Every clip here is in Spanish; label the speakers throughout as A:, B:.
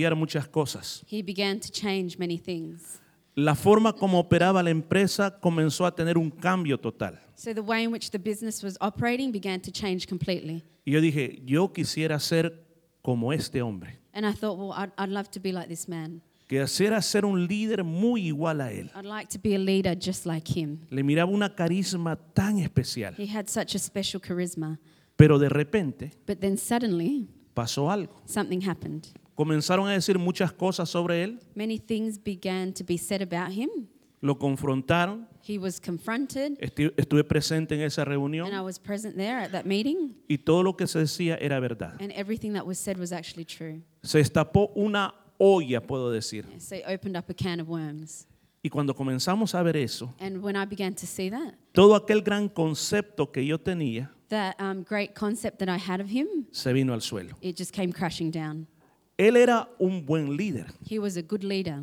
A: cambiar muchas cosas.
B: He began to change many things.
A: La forma como operaba la empresa comenzó a tener un cambio total.
B: So the way in which the business was operating began to change completely.
A: Y yo dije, yo quisiera ser como este hombre.
B: And I thought, well, I'd, I'd love to be like this man.
A: Quisiera ser un líder muy igual a él.
B: I'd like to be a leader just like him.
A: Le miraba una carisma tan especial.
B: He had such a special charisma.
A: Pero de repente
B: But then suddenly,
A: pasó algo.
B: something happened.
A: Comenzaron a decir muchas cosas sobre él,
B: Many things began to be said about him.
A: lo confrontaron.
B: He was confronted,
A: Esti- Estuve presente en esa reunión
B: and I was present there at that meeting,
A: y todo lo que se decía era verdad.
B: and everything that was said was actually true.
A: Se destapó una olla, puedo decir.
B: So he opened up a can of worms.
A: Y cuando comenzamos a ver eso,
B: And when I began to see that,
A: todo aquel gran concepto que yo tenía
B: that um, great concept that I had of him,
A: se vino al suelo.
B: it just came crashing down.
A: Él era un buen líder,
B: He was a good leader,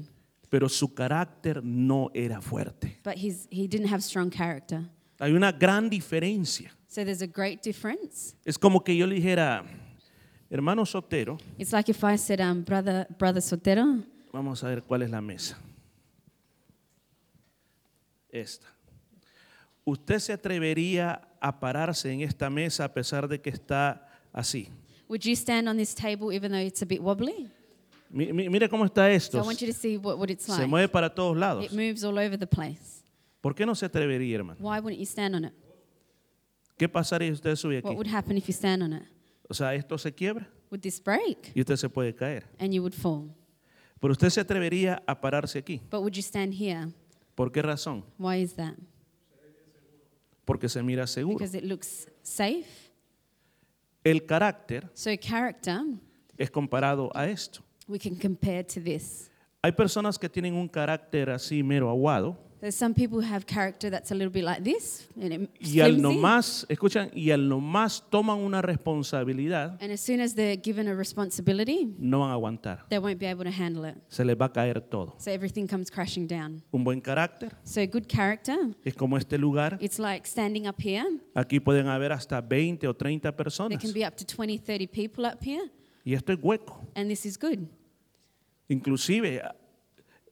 A: pero su carácter no era fuerte.
B: but his, he didn't have strong character.
A: Hay una gran diferencia.
B: So there's a great difference.
A: Es como que yo le dijera, hermano Sotero,
B: It's like if I said, um, brother, brother Sotero,
A: vamos a ver cuál es la mesa. Esta. ¿Usted se atrevería a pararse en esta mesa a pesar de que está así?
B: would you stand on this table even though it's a bit wobbly?
A: Mi- mi- Mire cómo está
B: So I
A: esto.
B: want you to see what, what it's
A: Se
B: like.
A: mueve para todos lados.
B: It moves all over the place.
A: ¿Por qué no se atrevería, hermano?
B: Why wouldn't you stand on it?
A: ¿Qué pasaría si usted sube
B: What would
A: aquí?
B: happen if you stand on it?
A: O sea, esto se quiebra
B: Would this break?
A: y usted se puede caer.
B: And you would fall.
A: Pero usted se atrevería a pararse aquí.
B: But would you stand here?
A: ¿Por qué razón?
B: Why is that?
A: Porque se mira seguro.
B: Because it looks safe.
A: El carácter
B: So character
A: es comparado a esto.
B: we can compare to this.
A: Hay personas que tienen un carácter así mero aguado
B: There's some people who have character that's a little bit like this, and it
A: y al
B: flimsy.
A: nomás, escuchan, y al nomás toman una responsabilidad,
B: And as soon as they're given a responsibility,
A: no van a aguantar.
B: they won't be able to handle it.
A: Se les va a caer todo.
B: So everything comes crashing down.
A: Un buen carácter
B: So good character,
A: es como este lugar.
B: it's like standing up here.
A: Aquí pueden haber hasta 20 o 30
B: There
A: personas
B: can be up to 20, 30 people up here,
A: y esto es hueco.
B: and this is good.
A: Inclusive a-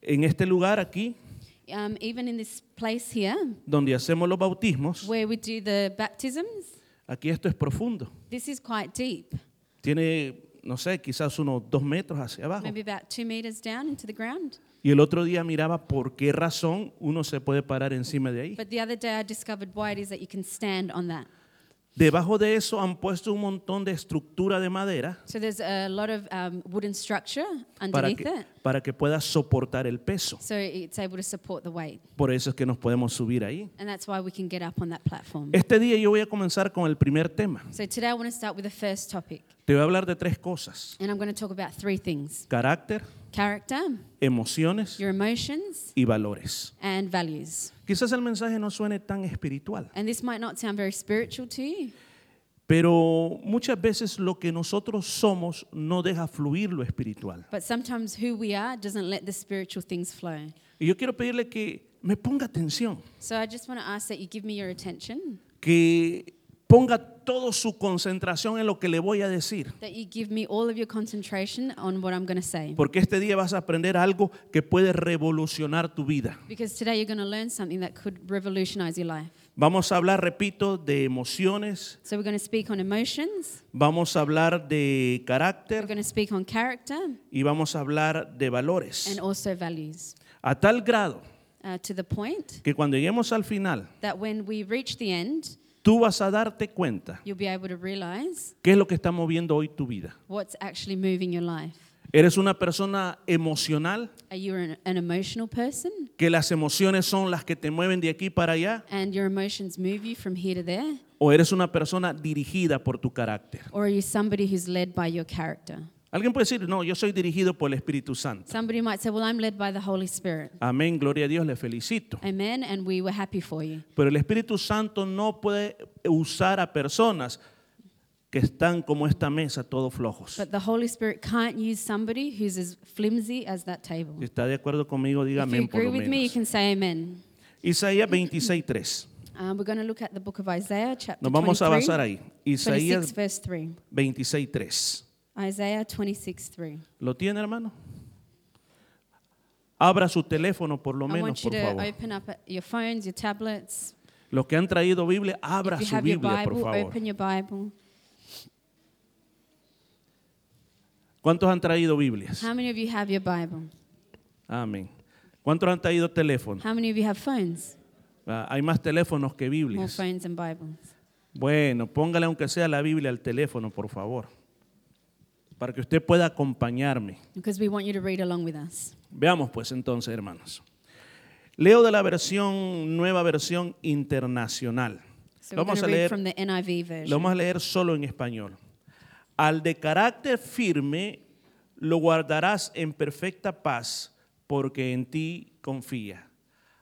A: en este lugar aquí
B: Um, even in this place here,
A: donde hacemos los bautismos,
B: where we do the baptisms,
A: aquí esto es profundo.
B: this is quite deep,
A: Tiene, no sé, quizás unos dos metros hacia abajo.
B: maybe about two meters down into the ground.
A: Y el otro día miraba por qué razón uno se puede parar encima de ahí.
B: But the other day I discovered why it is that you can stand on that.
A: Debajo de eso han puesto un montón de estructura de madera
B: So there's a lot of um, wooden structure
A: para
B: underneath
A: que,
B: it,
A: para que pueda soportar el peso.
B: so it's able to support the weight.
A: Por eso es que nos podemos subir ahí.
B: And that's why we can get up on that platform.
A: Este día yo voy a comenzar con el primer tema.
B: So today I want to start with the first topic,
A: Te voy a hablar de tres cosas.
B: and I'm going to talk about three things
A: Carácter,
B: character,
A: emociones
B: your emotions,
A: y valores.
B: and values.
A: Quizás el mensaje no suene tan espiritual,
B: And this might not sound very spiritual to you,
A: pero muchas veces lo que nosotros somos no deja fluir lo espiritual.
B: but sometimes who we are doesn't let the spiritual things flow.
A: Y yo quiero pedirle que me ponga atención,
B: So I just want to ask that you give me your attention,
A: que ponga toda su concentración en lo que le voy a decir,
B: that you give me all of your concentration on what I'm going to say.
A: porque este día vas a aprender algo que puede revolucionar tu vida.
B: Because today you're going to learn something that could revolutionize your life.
A: Vamos a hablar, repito, de emociones,
B: So we're going to speak on emotions,
A: vamos a hablar de
B: we're
A: carácter
B: going to speak on character,
A: y vamos a hablar de
B: and
A: valores,
B: also values.
A: a tal grado
B: Uh, to the point
A: que cuando lleguemos al final,
B: that when we reach the end,
A: tú vas a darte cuenta
B: you'll be able to realize
A: qué es lo que está moviendo hoy tu vida.
B: what's actually moving your life.
A: Eres una persona emocional,
B: Are you an, an emotional person
A: que las emociones son las que te mueven de aquí para allá,
B: and your emotions move you from here to there?
A: o eres una persona dirigida por tu carácter.
B: Or are you somebody who's led by your character?
A: Alguien puede decir, no, yo soy dirigido por el Espíritu Santo.
B: Somebody might say, Well, I'm led by the Holy Spirit.
A: Amén, gloria a Dios, le felicito.
B: Amen. And we were happy for you.
A: Pero el Espíritu Santo no puede usar a personas que están como esta mesa, todos flojos.
B: But the Holy Spirit can't use somebody who's as flimsy as that table.
A: Si está de acuerdo conmigo, diga
B: If you
A: amén por
B: agree
A: lo
B: with me, you
A: menos.
B: can say amen.
A: Isaías 26.3.
B: Um, we're going to look at the book of Isaiah, chapter
A: Nos vamos a
B: 23,
A: basar ahí.
B: 26,
A: Isaías
B: verse 3.
A: 26.3.
B: Isaiah 26 3.
A: ¿Lo tiene, hermano? Abra su teléfono por lo
B: I
A: menos,
B: want you
A: por
B: to
A: favor.
B: open up your phones, your tablets.
A: Los que han traído Biblia, abra
B: If you
A: su
B: have your
A: Biblia, por
B: Bible,
A: favor.
B: open your Bible.
A: ¿Cuántos han traído Biblias?
B: How many of you have your Bible?
A: Amén. ¿Cuántos han traído teléfono?
B: How many of you have phones?
A: Ah, Hay más teléfonos que
B: More
A: Biblias.
B: phones than Bibles.
A: Bueno, póngale aunque sea la Biblia al teléfono, por favor, para que usted pueda acompañarme.
B: Because we want you to read along with us.
A: Veamos pues entonces, hermanos. Leo de la versión, nueva versión internacional.
B: So
A: Lo
B: we're going
A: vamos a
B: to read
A: leer
B: from the NIV
A: Lo
B: version.
A: vamos a leer solo en español. Al de carácter firme lo guardarás en perfecta paz porque en ti confía.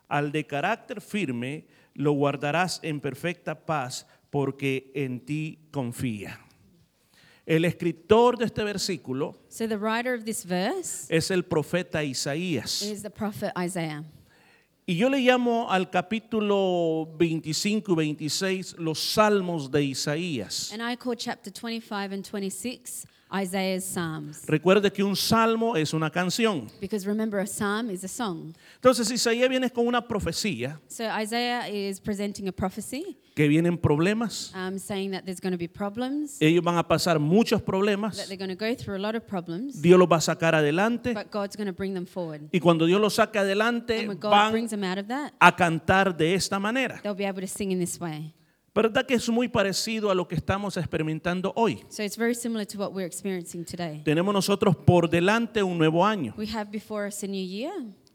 A: Al de carácter firme lo guardarás en perfecta paz porque en ti confía. El escritor de este versículo
B: So the writer of this verse
A: es el profeta Isaías.
B: is the prophet Isaiah.
A: Y yo le llamo al capítulo 25 y 26 los salmos de Isaías.
B: And I call chapter 25 and 26 Isaiah's Psalms.
A: Recuerde que un salmo es una canción.
B: Because remember, a psalm is a song.
A: Entonces Isaías viene con una profecía
B: So Isaiah is presenting a prophecy
A: que vienen problemas.
B: um, saying that there's going to be problems,
A: Ellos van a pasar muchos
B: that
A: problemas.
B: they're going to go through a lot of problems,
A: Dios los va a sacar adelante.
B: but God's going to bring them forward.
A: Y cuando Dios los saca adelante,
B: And when God
A: van
B: brings them out of that,
A: a cantar de esta manera.
B: they'll be able to sing in this way.
A: ¿Verdad que es muy parecido a lo que estamos experimentando hoy?
B: So it's very similar to what we're experiencing today.
A: Tenemos nosotros por delante un nuevo año.
B: We have before us a new year,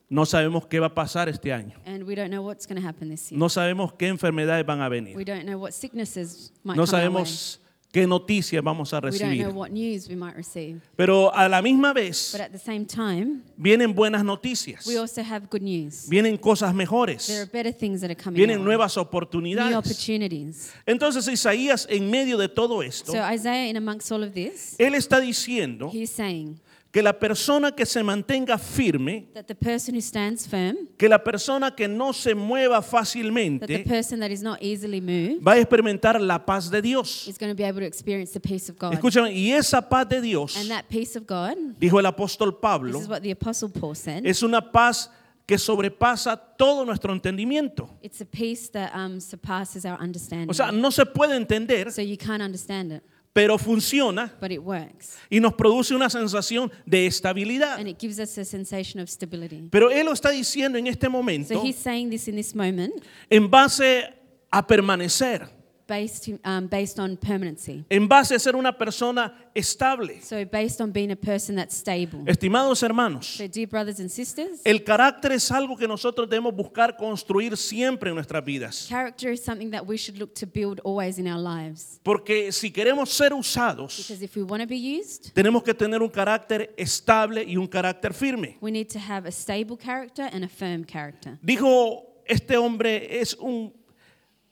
A: No sabemos qué va a pasar este año.
B: and we don't know what's going to happen this year.
A: No sabemos qué enfermedades van a
B: We
A: venir.
B: don't know what sicknesses might
A: No
B: come our way.
A: sabemos qué noticias vamos a
B: We don't know
A: recibir.
B: what news we might receive.
A: Pero a la misma vez
B: But at the same time,
A: vienen buenas noticias.
B: we also have good news.
A: vienen cosas
B: There are
A: mejores,
B: better things that are coming.
A: vienen
B: our
A: nuevas
B: way, new
A: oportunidades.
B: opportunities.
A: Entonces Isaías, en medio de todo esto,
B: So Isaiah, in amongst all of this,
A: él está diciendo
B: he's saying
A: que la persona que se mantenga firme,
B: that the person who stands firm,
A: que la persona que no se mueva
B: that the
A: fácilmente,
B: person that is not easily moved,
A: va a experimentar la paz de Dios.
B: is going to be able to experience the peace of God.
A: Escúchame, y esa paz de Dios,
B: And that peace of God,
A: dijo el apóstol
B: this
A: Pablo,
B: is what the apostle Paul said.
A: es una paz que sobrepasa todo nuestro entendimiento.
B: It's a peace that um, surpasses our
A: O sea,
B: understanding.
A: no se puede entender,
B: So you can't understand it,
A: pero funciona
B: but it works,
A: y nos produce una sensación de estabilidad.
B: and it gives us a sensation of stability.
A: Pero él lo está diciendo en este momento
B: So he's saying this in this moment,
A: en base a permanecer,
B: based um, based on permanency.
A: en base a ser una persona estable.
B: So based on being a person that's stable.
A: Estimados hermanos,
B: So dear brothers and sisters,
A: el carácter es algo que nosotros debemos buscar construir siempre en nuestras vidas.
B: character is something that we should look to build always in our lives.
A: Porque si queremos ser usados,
B: Because if we want to be used,
A: tenemos que tener un carácter estable y un carácter firme.
B: we need to have a stable character and a firm character.
A: Dijo este hombre, es un,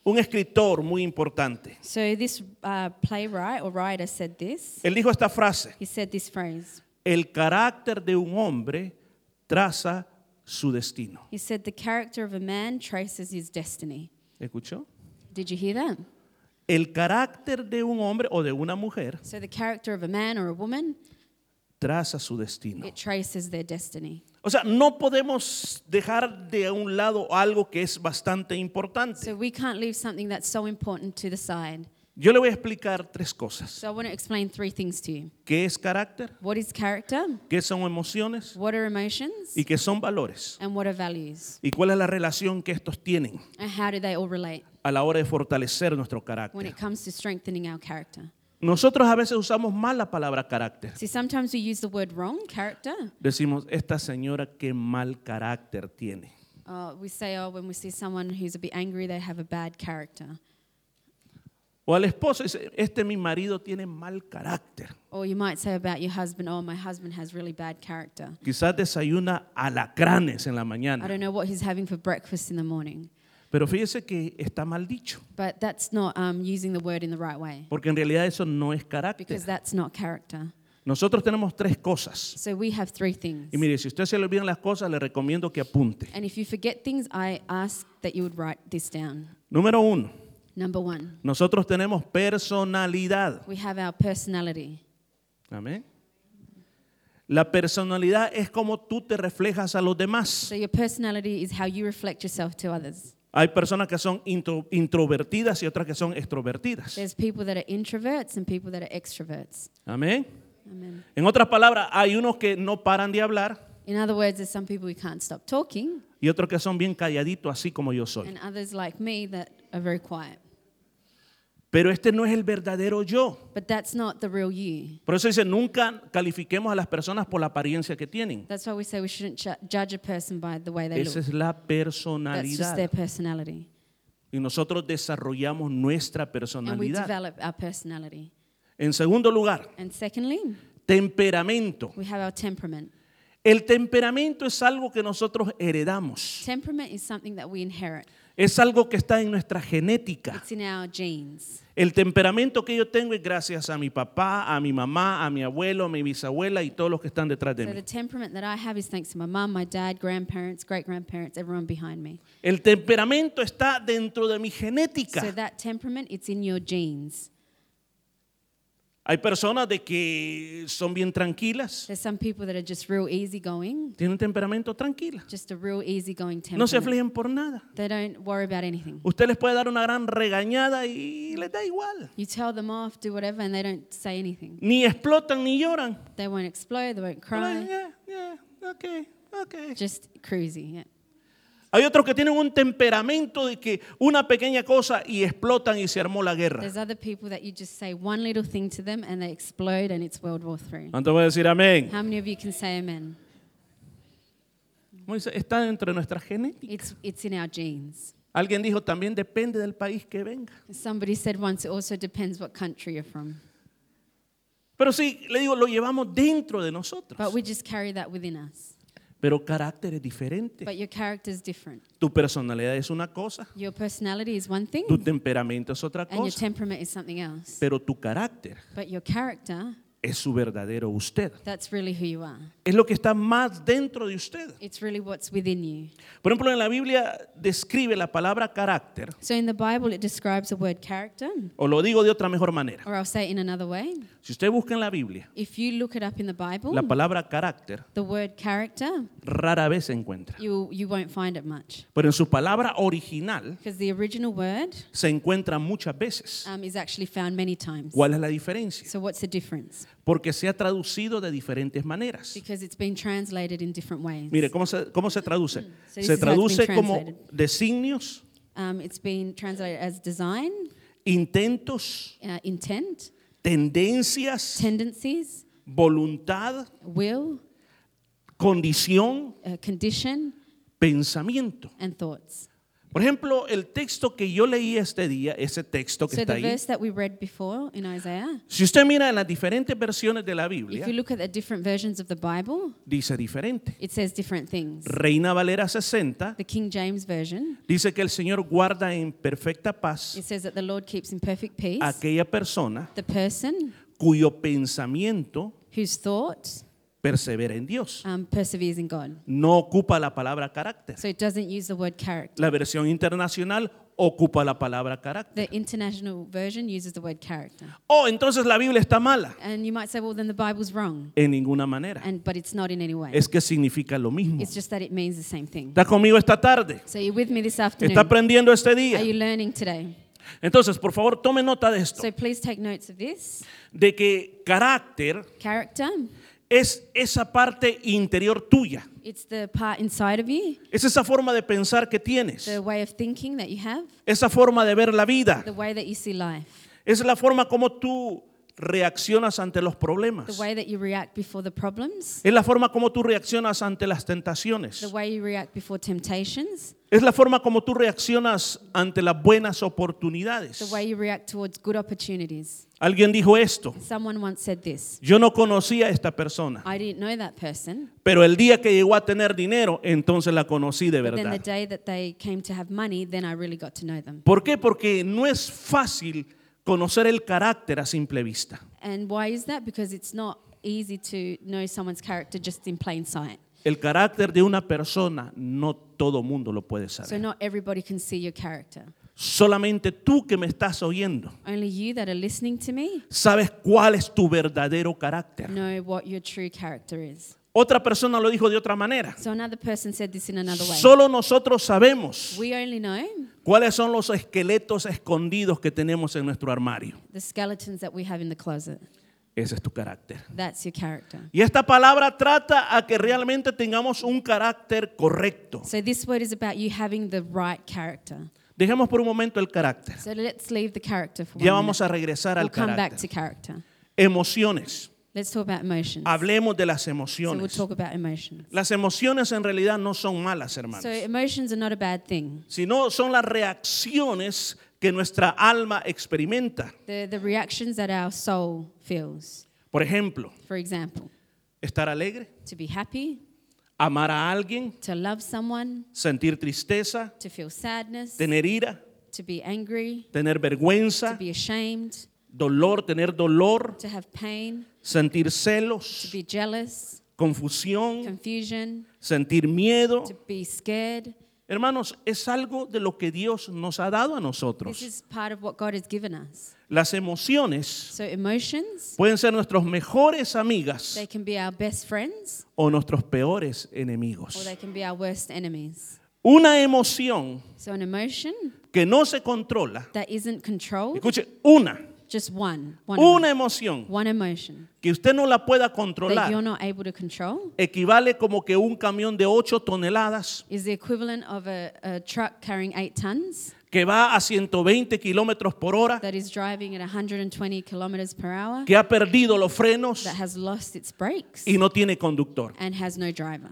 A: un escritor muy importante.
B: So this uh, playwright or writer said this.
A: Él dijo esta frase,
B: He said this phrase.
A: el carácter de un hombre traza su destino.
B: He said, The character of a man traces his destiny.
A: ¿Escuchó?
B: Did you hear that?
A: El carácter de un hombre o de una mujer
B: So, the character of a man or a woman,
A: traza su destino.
B: it traces their destiny.
A: O sea, no podemos dejar de un lado algo que es bastante importante.
B: So, we can't leave something that's so important to the side.
A: Yo le voy a explicar tres cosas.
B: So, I want to explain three things to you
A: ¿Qué es carácter?
B: what is character,
A: ¿Qué son emociones?
B: what are emotions,
A: ¿Y qué son valores?
B: and what are values,
A: ¿Y cuál es la relación que estos tienen
B: and how do they all relate
A: a la hora de fortalecer nuestro
B: when
A: carácter?
B: it comes to strengthening our character?
A: Nosotros a veces usamos mal la palabra carácter.
B: See, sometimes we use the word wrong, character.
A: Decimos, esta señora qué mal carácter tiene.
B: Uh, we say, oh, when we see someone who's a bit angry, they have a bad character.
A: O al esposo dice, este mi marido tiene mal carácter.
B: Or you might say about your husband, oh, my husband has really bad character.
A: Quizás desayuna alacranes en la
B: I
A: mañana.
B: don't know what he's having for breakfast in the morning.
A: Pero fíjese que está mal dicho,
B: But that's not um, using the word in the right way
A: porque en realidad eso no es carácter.
B: because that's not character.
A: Nosotros tenemos tres cosas.
B: So we have three things.
A: Y mire, si usted se le olvidan las cosas, le recomiendo que apunte.
B: And if you forget things, I ask that you would write this down.
A: Número uno,
B: Number one,
A: nosotros tenemos personalidad.
B: we have our personality.
A: Amén. La personalidad es como tú te reflejas a los demás.
B: So your personality is how you reflect yourself to others.
A: Hay personas que son intro- introvertidas y otras que son extrovertidas.
B: There's people that are introverts and people that are extroverts.
A: Amén.
B: Amen.
A: En otras palabras, hay unos que no paran de hablar
B: In other words, there's some people who can't stop talking
A: y otros que son bien calladitos, así como yo soy.
B: and others like me that are very quiet.
A: Pero este no es el verdadero yo.
B: But that's not the real you.
A: Por eso dice, nunca califiquemos a las personas por la apariencia que tienen.
B: That's why we say we shouldn't ju- judge a person by the way they
A: Esa
B: look.
A: es la
B: That's just
A: personalidad.
B: their personality.
A: Y nosotros desarrollamos nuestra
B: And we
A: personalidad.
B: develop our personality.
A: En segundo lugar,
B: And secondly,
A: temperamento.
B: we have our temperament.
A: El temperamento es algo que nosotros heredamos.
B: Temperament is something that we inherit.
A: Es algo que está en nuestra genética.
B: It's in our genes.
A: El temperamento que yo tengo es gracias a mi papá, a mi mamá, a mi abuelo, a mi bisabuela y todos los que están detrás de
B: So the
A: mí.
B: temperament that I have is thanks to my mum, my dad, grandparents, great grandparents, everyone behind me.
A: El temperamento está dentro de mi
B: So
A: genética.
B: that temperament, it's in your genes.
A: Hay personas de que son bien tranquilas,
B: There's some people that are just real easygoing,
A: tienen un temperamento tranquilo.
B: just a real easygoing
A: No se
B: temperament.
A: afligen por nada.
B: they don't worry about anything.
A: Usted les puede dar una gran regañada y les da igual.
B: You tell them off, do whatever, and they don't say anything.
A: Ni explotan ni lloran.
B: They won't explode, they won't
A: Ay,
B: cry,
A: yeah, yeah, okay, okay.
B: just cruisy. Yeah.
A: Hay otros que tienen un temperamento de que una pequeña cosa y explotan y se armó la guerra.
B: There's other people that you just say one little thing to them and they explode and it's World War Three.
A: ¿Cuánto voy a decir amén?
B: How many of you can say amen?
A: Como dice, Está dentro de nuestra genética.
B: It's, it's in our genes.
A: Alguien dijo, también depende del país que venga.
B: Somebody said once, it also depends what country you're from.
A: Pero sí, le digo, lo llevamos dentro de nosotros.
B: But we just carry that within us.
A: Pero carácter es diferente.
B: But your character's different.
A: Tu personalidad es una cosa,
B: Your personality is one
A: tu
B: thing
A: temperamento es otra
B: and your
A: cosa,
B: temperament is something else.
A: pero tu carácter
B: But your character,
A: es su verdadero usted.
B: that's really who you are.
A: Es lo que está más dentro de usted.
B: It's really what's within you.
A: Por ejemplo, en la Biblia describe la palabra carácter,
B: So in the Bible, it describes the word character,
A: o lo digo de otra mejor manera.
B: or I'll say it in another way.
A: Si usted busca en la Biblia,
B: If you look it up in the Bible,
A: la palabra carácter
B: the word character,
A: rara vez se encuentra.
B: you, you won't find it much.
A: Pero en su palabra original
B: Because the original word
A: se encuentra muchas veces.
B: um, is actually found many times.
A: ¿Cuál es la diferencia?
B: So what's the difference?
A: Porque se ha traducido de diferentes maneras.
B: Because it's been translated in different ways.
A: Mire, ¿cómo se, cómo se traduce?
B: So this
A: Se
B: is how it's been
A: traduce como
B: translated.
A: designios,
B: Um, it's been translated as design,
A: intentos,
B: uh, intent,
A: tendencias,
B: tendencies,
A: voluntad,
B: will,
A: condición,
B: uh, condition,
A: pensamiento.
B: and thoughts.
A: Por ejemplo, el texto que yo leí este día, ese texto que
B: So
A: está
B: the
A: ahí,
B: verse that we read before in Isaiah,
A: si usted mira en las diferentes versiones de la
B: if
A: Biblia,
B: you look at the different versions of the Bible,
A: dice diferente.
B: it says different things.
A: Reina Valera 60
B: The King James Version,
A: dice que el Señor guarda en perfecta paz
B: it says that the Lord keeps in perfect peace
A: a aquella persona
B: the person
A: cuyo pensamiento
B: whose thought
A: persevera en Dios.
B: um, perseveres in God.
A: No ocupa la palabra carácter.
B: So it doesn't use the word character.
A: La versión internacional ocupa la palabra carácter.
B: The international version uses the word character.
A: Oh, entonces la Biblia está mala.
B: And you might say, well, then the Bible's wrong.
A: En ninguna manera.
B: And, but it's not in any way.
A: Es que significa lo mismo.
B: It's just that it means the same thing.
A: ¿Está conmigo esta tarde?
B: So you're with me this afternoon.
A: ¿Está aprendiendo este
B: Are you
A: día?
B: learning today?
A: Entonces, por favor, tome nota de esto.
B: So please take notes of this.
A: De que carácter
B: Character,
A: es esa parte interior tuya.
B: it's the part inside of you,
A: Es esa forma de pensar que tienes.
B: the way of thinking that you have,
A: Esa forma de ver la vida.
B: the way that you see life,
A: Es la forma como tú reaccionas ante los
B: the
A: problemas.
B: way that you react before the problems,
A: Es la forma como tú reaccionas ante las
B: the
A: tentaciones.
B: way you react before temptations,
A: Es la forma como tú reaccionas ante las buenas
B: the
A: oportunidades.
B: way you react towards good opportunities.
A: Alguien dijo esto.
B: Someone once said this
A: Yo no conocía a esta persona,
B: I didn't know that person,
A: pero el día que llegó a tener dinero, entonces la conocí de
B: but then the
A: verdad.
B: day that they came to have money, then I really got to know them.
A: ¿Por qué? Porque no es fácil conocer el carácter a simple vista.
B: And why is that? Because it's not easy to know someone's character just in plain sight.
A: El carácter de una persona no todo mundo lo puede
B: So
A: saber.
B: not everybody can see your character.
A: Solamente tú que me estás oyendo
B: Only you that are listening to me
A: sabes cuál es tu verdadero carácter.
B: know what your true character is.
A: Otra persona lo dijo de otra manera.
B: So another person said this in another way.
A: Solo nosotros sabemos
B: we only know
A: cuáles son los esqueletos escondidos que tenemos en nuestro armario.
B: the skeletons that we have in the closet.
A: Ese es tu carácter.
B: That's your character.
A: Y esta palabra trata a que realmente tengamos un carácter correcto.
B: So this word is about you having the right character.
A: Dejemos por un momento el carácter.
B: So let's leave the character for one
A: Ya vamos a
B: minute.
A: regresar
B: We'll
A: al
B: come back to
A: carácter.
B: character.
A: Emociones.
B: Let's talk about emotions.
A: Hablemos de las
B: So we'll
A: emociones.
B: talk about emotions.
A: Las emociones en realidad no son malas, hermanos,
B: So emotions are not a bad thing.
A: sino son las reacciones que nuestra alma experimenta.
B: The, the reactions that our soul feels.
A: Por ejemplo,
B: For example,
A: estar alegre,
B: to be happy,
A: amar a alguien,
B: to love someone,
A: sentir tristeza,
B: to feel sadness,
A: tener ira,
B: to be angry,
A: tener
B: to
A: vergüenza,
B: be ashamed,
A: dolor, tener dolor,
B: to have pain,
A: sentir
B: to
A: celos,
B: be jealous,
A: confusión,
B: confusion,
A: sentir miedo.
B: to be scared.
A: Hermanos, es algo de lo que Dios nos ha dado a
B: This
A: nosotros.
B: is part of what God has given us.
A: Las emociones
B: So emotions,
A: pueden ser nuestros mejores amigas
B: they can be our best friends
A: o nuestros peores
B: or
A: enemigos.
B: they can be our worst enemies.
A: Una emoción
B: So an emotion
A: que no se controla,
B: that isn't controlled,
A: escuche, una,
B: just one, one,
A: una
B: emo-
A: emoción
B: one emotion
A: que usted no la pueda
B: that you're
A: controlar
B: not able to control
A: equivale como que un camión de 8 toneladas
B: is the equivalent of a, a truck carrying eight tons
A: que va a 120 kilómetros por hora,
B: that is driving at 120 kilometers per hour
A: que ha perdido los frenos
B: that has lost its brakes
A: y no tiene conductor.
B: and has no driver.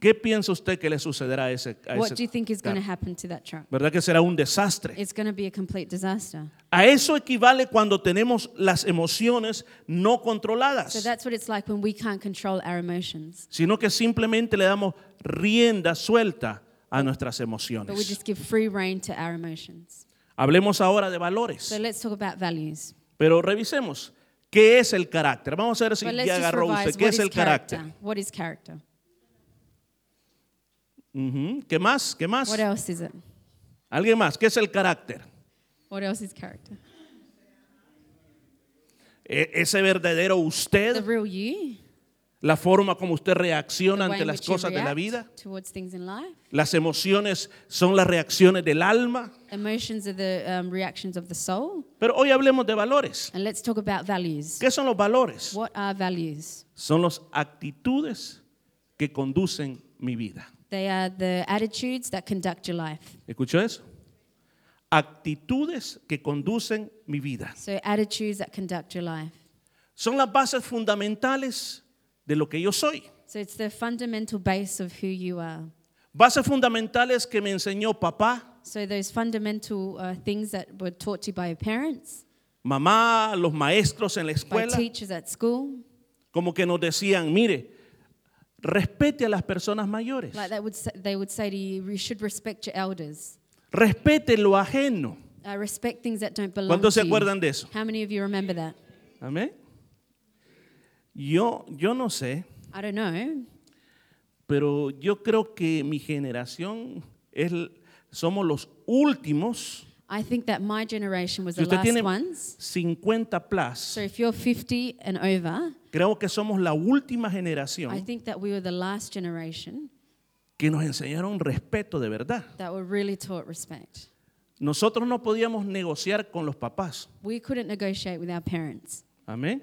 A: ¿Qué piensa usted que le sucederá a ese, a
B: What
A: ese
B: do you think is going to
A: carro?
B: happen to that truck?
A: ¿Verdad que será un desastre?
B: It's going to be a complete disaster.
A: A eso equivale cuando tenemos las emociones no
B: So
A: controladas,
B: that's what it's like when we can't control our emotions,
A: sino que simplemente le damos rienda suelta a nuestras
B: but we
A: emociones.
B: just give free rein to our emotions.
A: Hablemos ahora de
B: So
A: valores,
B: let's talk about values.
A: pero revisemos qué es el carácter. Vamos a ver si
B: But let's
A: ya
B: just
A: agarró
B: revise
A: usted qué
B: what
A: es
B: is
A: el carácter.
B: character. What is character?
A: Ujú, ¿Qué más? ¿Qué más?
B: What else is it?
A: ¿Alguien más? ¿Qué es el carácter?
B: What else is character?
A: E- ese verdadero
B: The
A: usted,
B: real you.
A: la forma como usted reacciona
B: the way
A: ante
B: in
A: las
B: which you
A: cosas de la
B: react
A: vida.
B: Towards things in life.
A: Las emociones son las reacciones del alma.
B: Emotions are the um, reactions of the soul.
A: Pero hoy hablemos de valores.
B: And let's talk about values.
A: ¿Qué son los valores?
B: What are values?
A: Son las actitudes que conducen mi vida.
B: They are the attitudes that conduct your life.
A: ¿Escuchó eso? Actitudes que conducen mi vida.
B: So, attitudes that conduct your life.
A: Son las bases fundamentales de lo que yo soy.
B: So, it's the fundamental base of who you are.
A: Bases fundamentales que me enseñó papá,
B: So, those fundamental uh, things that were taught to you by your parents,
A: mamá, los maestros en la
B: by
A: escuela,
B: teachers at school,
A: como que nos decían, mire, respete a las personas mayores,
B: like that would say, they would say to you, you should respect your elders,
A: respete lo ajeno.
B: uh, respect things that don't belong
A: ¿Cuántos se
B: to you.
A: acuerdan de eso?
B: How many of you remember that?
A: Amén. Yo, yo no sé,
B: I don't know.
A: pero yo creo que mi generación es, l- somos los últimos.
B: I think that my generation was
A: Si
B: the
A: usted
B: last
A: tiene
B: ones.
A: 50 plus,
B: So if you're 50 and over,
A: creo que somos la última
B: I
A: generación
B: think that we were the last generation
A: que nos enseñaron respeto de verdad.
B: that were really taught respect.
A: Nosotros no podíamos negociar con los papás.
B: We couldn't negotiate with our parents.
A: Amén.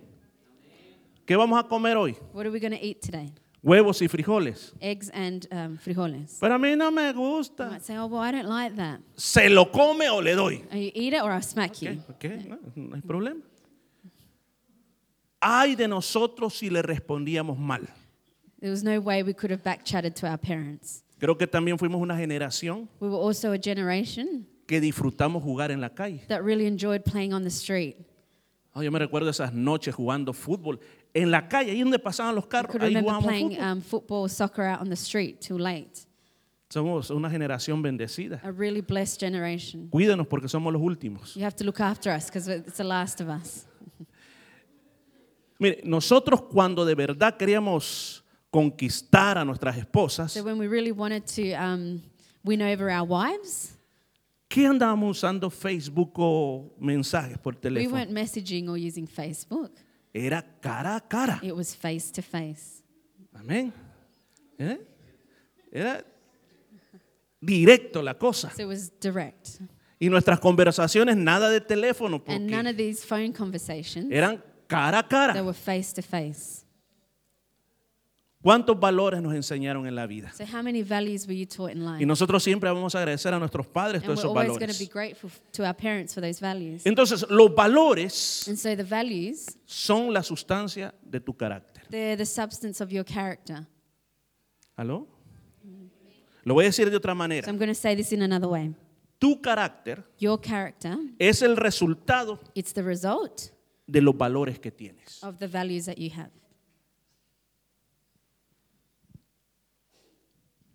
A: ¿Qué vamos a comer hoy?
B: What are we going to eat today?
A: Huevos y frijoles.
B: Eggs and um, frijoles.
A: Pero a mí no me
B: You
A: gusta.
B: might say, oh, well, I don't like that.
A: ¿Se lo come o le doy?
B: Oh, you eat it or I'll smack you.
A: Ok, ok, no, no hay problema. Ay de nosotros si le respondíamos mal.
B: There was no way we could have back chatted to our parents.
A: Creo que también fuimos una generación
B: We were also a generation
A: que disfrutamos jugar en la calle.
B: that really enjoyed playing on the street.
A: Ah, yo me recuerdo esas noches jugando fútbol en la calle, ahí donde pasaban los
B: I
A: carros,
B: could
A: ahí
B: remember
A: jugábamos
B: playing
A: fútbol.
B: um, football, soccer out on the street till late.
A: Somos una generación bendecida.
B: A really blessed generation.
A: Cuídenos porque somos los últimos.
B: You have to look after us because it's the last of us.
A: Mire, nosotros cuando de verdad queríamos conquistar a nuestras esposas,
B: So when we really wanted to um, win over our wives,
A: ¿Qué andábamos usando Facebook o mensajes por
B: We
A: teléfono?
B: weren't messaging or using Facebook,
A: Era cara a cara.
B: it was face to face.
A: Amén. ¿Eh? Era directo la cosa.
B: So it was direct.
A: Y nuestras conversaciones, nada de teléfono,
B: And none
A: porque
B: of these phone conversations,
A: eran cara a
B: they
A: cara.
B: were face to face.
A: ¿Cuántos valores nos enseñaron en la vida?
B: So, how many values were you taught in life?
A: Y nosotros siempre vamos a agradecer a nuestros padres
B: and
A: todos
B: we're
A: esos
B: always going to be
A: valores.
B: grateful f- to our parents for those values.
A: Entonces, los valores
B: And so, the values,
A: son la sustancia de tu carácter.
B: they're the substance of your character.
A: ¿Aló? Lo voy a decir de otra
B: So,
A: manera.
B: I'm going to say this in another way.
A: Tu carácter
B: Your character,
A: es el resultado
B: it's the result
A: de los valores que tienes.
B: of the values that you have.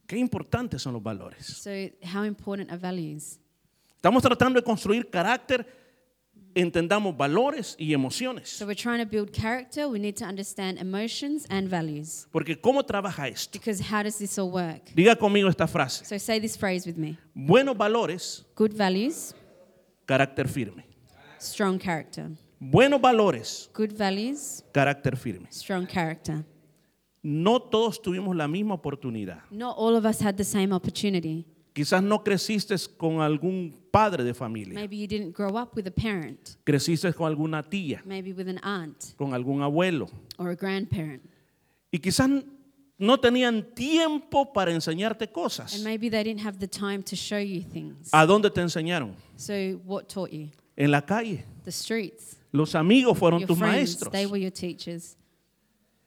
A: Qué importantes son los valores.
B: So, how important are values?
A: Estamos tratando de construir carácter, entendamos valores y emociones.
B: So, we're trying to build character. We need to understand emotions and values.
A: Porque ¿cómo trabaja esto?
B: Because how does this all work?
A: Diga conmigo esta frase.
B: So, say this phrase with me
A: Buenos valores,
B: good values,
A: carácter firme.
B: strong character.
A: Buenos valores,
B: Good values,
A: carácter firme.
B: strong character.
A: No todos tuvimos la misma oportunidad.
B: Not all of us had the same opportunity.
A: Quizás no creciste con algún padre de familia.
B: Maybe you didn't grow up with a parent,
A: Creciste con alguna tía,
B: maybe with an aunt
A: con algún abuelo.
B: or a grandparent.
A: Y quizás no tenían tiempo para enseñarte
B: And
A: cosas.
B: maybe they didn't have the time to show you things.
A: ¿A dónde te enseñaron?
B: So, what taught you?
A: En la calle.
B: The streets.
A: Los amigos fueron
B: Your
A: tus
B: friends,
A: maestros.
B: they were your teachers.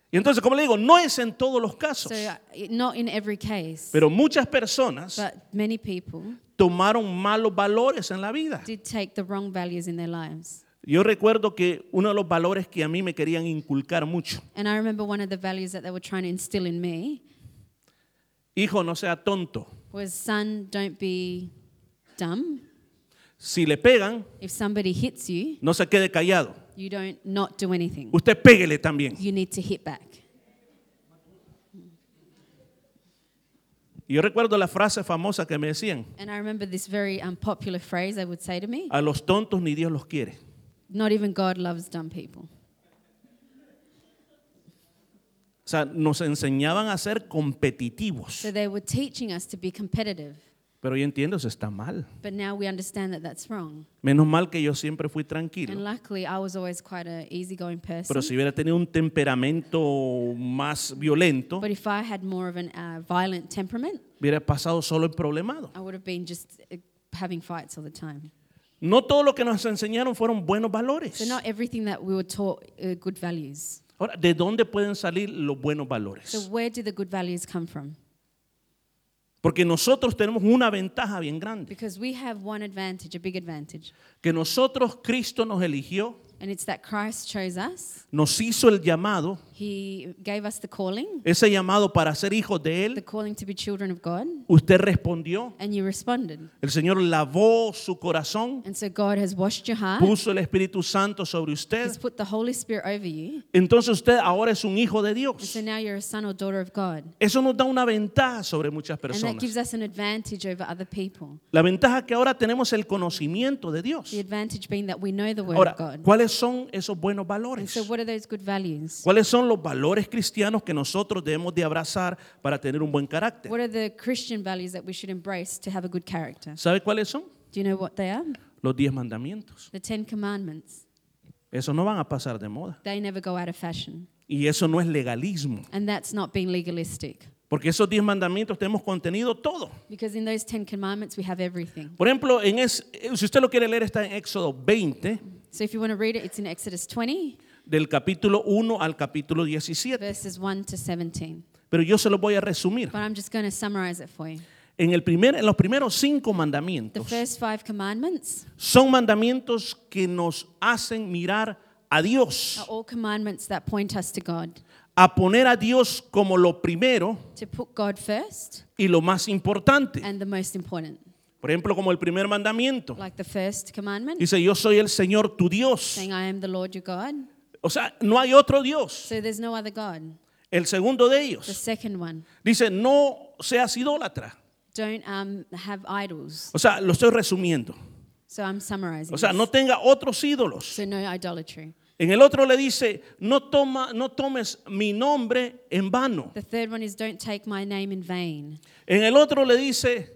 A: Y entonces, como le digo, no es en todos los casos.
B: So, uh, it- not in every case,
A: Pero muchas personas
B: but many people
A: tomaron malos valores en la vida.
B: did take the wrong values in their lives.
A: Yo recuerdo que uno de los valores que a mí me querían inculcar mucho,
B: And I remember one of the values that they were trying to instill in me
A: hijo, no sea tonto.
B: was son, don't be dumb.
A: Si le pegan,
B: If somebody hits you,
A: no se quede callado.
B: you don't not do anything.
A: Usted péguele también.
B: You need to hit back.
A: Y yo recuerdo la frase famosa que me decían,
B: And I remember this very unpopular phrase they would say to me
A: a los tontos ni Dios los quiere.
B: Not even God loves dumb people.
A: O sea, nos enseñaban a ser competitivos.
B: So they were teaching us to be competitive.
A: Pero yo entiendo, eso está mal.
B: But now we understand that that's wrong.
A: Menos mal que yo siempre fui
B: And
A: tranquilo.
B: luckily, I was always quite an easygoing person.
A: Pero si hubiera tenido un temperamento más violento,
B: But if I had more of an uh, violent temperament,
A: hubiera pasado solo en problemado.
B: I would have been just uh, having fights all the time.
A: No todo lo que nos enseñaron fueron buenos
B: So
A: valores.
B: not everything that we were taught uh, good values.
A: Ahora, ¿de dónde pueden salir los buenos
B: So
A: valores?
B: where do the good values come from?
A: Porque nosotros tenemos una ventaja bien grande,
B: Because we have one advantage, a big advantage,
A: que nosotros Cristo nos eligió,
B: and it's that Christ chose us.
A: nos hizo el llamado,
B: He gave us the calling,
A: ese llamado para ser hijos de
B: the
A: él.
B: calling to be children of God,
A: Usted respondió,
B: and you responded.
A: el Señor lavó su corazón,
B: And so God has washed your heart.
A: puso el Espíritu Santo sobre
B: He's
A: usted.
B: put the Holy Spirit over you.
A: Entonces usted ahora es un hijo de
B: And
A: Dios.
B: so now you're a son or daughter of God.
A: Eso nos da una ventaja sobre muchas
B: And that
A: personas.
B: gives us an advantage over other people.
A: La ventaja que ahora tenemos el conocimiento de Dios.
B: The advantage being that we know the Word
A: Ahora,
B: of God.
A: ¿cuáles son esos buenos
B: And so,
A: valores?
B: what are those good values?
A: ¿Cuáles son los valores cristianos que nosotros debemos de abrazar para tener un buen carácter?
B: What are the Christian values that we should embrace to have a good character?
A: ¿Sabe cuáles son?
B: Do you know what they are?
A: Los diez mandamientos.
B: The Ten Commandments.
A: Esos no van a pasar de moda.
B: They never go out of fashion.
A: Y eso no es legalismo.
B: And that's not being legalistic.
A: Porque esos diez mandamientos tenemos contenido todo.
B: Because in those Ten Commandments, we have everything.
A: Por ejemplo, en es- eh, si usted lo quiere leer, está en Éxodo 20,
B: So if you want to read it, it's in Exodus 20,
A: del capítulo 1 al capítulo 17.
B: verses 1 to 17.
A: Pero yo se los voy a resumir.
B: But I'm just going to summarize it for you.
A: En, el primer, en los primeros cinco
B: The
A: mandamientos
B: first five commandments
A: son mandamientos que nos hacen mirar a Dios.
B: are all commandments that point us to God,
A: a poner a Dios como lo primero
B: to put God first
A: y lo más importante.
B: and the most important.
A: Por ejemplo, como el primer mandamiento.
B: Like the first commandment,
A: Dice, yo soy el Señor tu Dios.
B: saying, I am the Lord your God.
A: O sea, no hay otro Dios.
B: So there's no other God.
A: El segundo de
B: The
A: ellos.
B: second one,
A: Dice, no seas idólatra.
B: Don't um, have idols.
A: O sea, lo estoy resumiendo.
B: So I'm summarizing.
A: O sea,
B: this.
A: no tenga otros ídolos.
B: So no idolatry.
A: En el otro le dice, no, toma, no tomes mi nombre en vano.
B: The third one is don't take my name in vain.
A: En el otro le dice,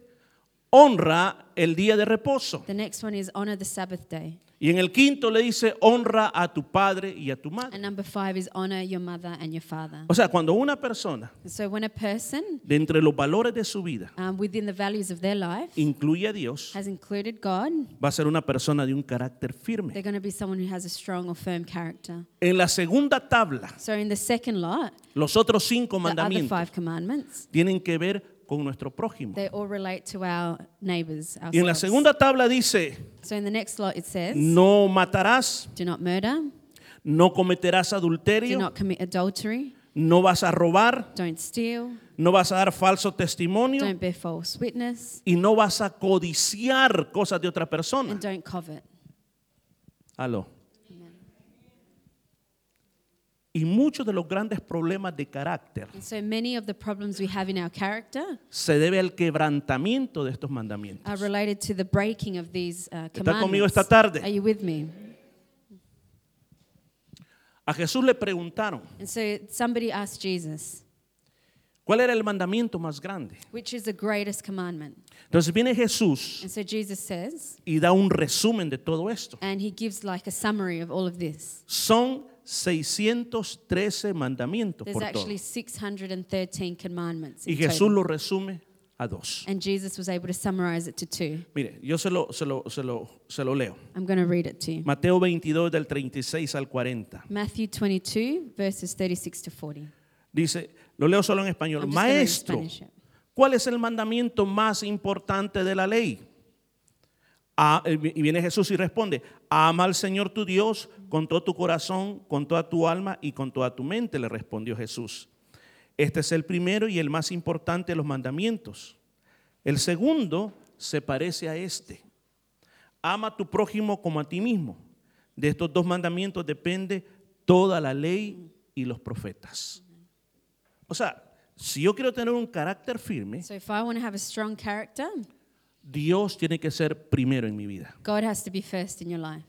A: honra el día de reposo.
B: The next one is honor the Sabbath day.
A: Y en el quinto le dice, honra a tu padre y a tu
B: And
A: madre.
B: number five is honor your mother and your father.
A: O sea, cuando una persona,
B: So when a person
A: de entre los valores de su vida,
B: um, within the values of their life
A: incluye a Dios,
B: has included God,
A: va a ser una persona de un carácter
B: they're
A: firme.
B: going to be someone who has a strong or firm character.
A: En la segunda tabla,
B: So in the second lot,
A: los otros cinco
B: the other
A: mandamientos
B: five commandments,
A: tienen que ver con nuestro prójimo.
B: they all relate to our neighbors.
A: Y en la
B: Ourselves.
A: segunda tabla dice,
B: so in the next lot it says,
A: no matarás,
B: do not murder,
A: no cometerás
B: do
A: adulterio,
B: not commit adultery,
A: no vas a robar,
B: don't steal,
A: no vas a dar falso testimonio
B: don't bear false witness,
A: y no vas a codiciar cosas de otra
B: and
A: persona.
B: don't covet.
A: Aló. Y muchos de los grandes problemas de carácter
B: And so many of the problems we have in our character
A: se debe al quebrantamiento de estos
B: are
A: mandamientos.
B: related to the breaking of these uh,
A: ¿Está
B: commandments.
A: conmigo esta tarde?
B: Are you with me?
A: A Jesús le preguntaron,
B: And so somebody asked Jesus,
A: ¿cuál era el mandamiento más grande?
B: which is the greatest commandment?
A: Entonces viene Jesús
B: And so Jesus says,
A: y da un resumen de todo esto.
B: and he gives like a summary of all of this.
A: Son 613 mandamientos
B: There's
A: por todo.
B: actually 613 commandments. in
A: Y Jesús
B: total.
A: lo resume a dos.
B: And Jesus was able to summarize it to two.
A: Mire, yo se lo, se lo, se lo, se lo leo.
B: I'm going to read it to you.
A: Mateo 22 del 36 al 40.
B: Matthew 22, verses 36 to 40.
A: Dice, lo leo solo en español.
B: I'm just gonna read in
A: Maestro,
B: Spanish, yeah.
A: ¿cuál es el mandamiento más importante de la ley? Ah, eh, y viene Jesús y responde, ama al Señor tu Dios con todo tu corazón, con toda tu alma y con toda tu mente, le respondió Jesús. Este es el primero y el más importante de los mandamientos. El segundo se parece a este. Ama a tu prójimo como a ti mismo. De estos dos mandamientos depende toda la ley y los profetas. O sea, si yo quiero tener un carácter firme,
B: So if I want to have a strong character,
A: Dios tiene que ser primero en mi vida.
B: God has to be first in your life.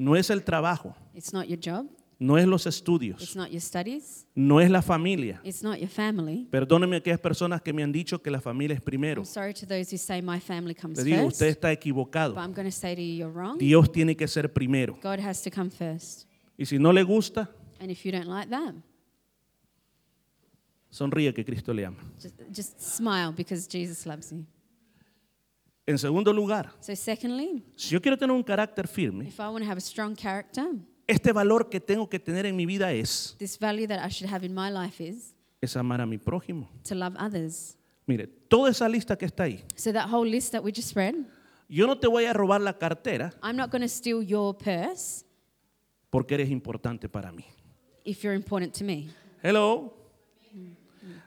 A: No es el trabajo,
B: It's not your job,
A: no es los
B: it's
A: estudios,
B: not your studies,
A: no es la familia.
B: it's not your family.
A: Perdónenme a aquellas personas que me han dicho que la familia es primero.
B: I'm sorry to those who say my family comes
A: Le digo,
B: first,
A: usted está
B: but
A: equivocado.
B: I'm going to say to you, you're wrong.
A: Dios tiene que ser primero.
B: God has to come first.
A: Y si no le gusta,
B: And if you don't like that,
A: sonríe que Cristo le ama.
B: just, just smile because Jesus loves you.
A: En segundo lugar,
B: So, secondly,
A: si yo quiero tener un carácter firme,
B: if I want to have a strong character,
A: este valor que tengo que tener en mi vida es,
B: this value that I should have in my life is
A: es amar a mi prójimo.
B: to love others.
A: Mire, toda esa lista que está ahí,
B: So, that whole list that we just read,
A: yo no te voy a robar la cartera
B: I'm not going to steal your purse
A: porque eres importante para mí.
B: if you're important to me.
A: Hello.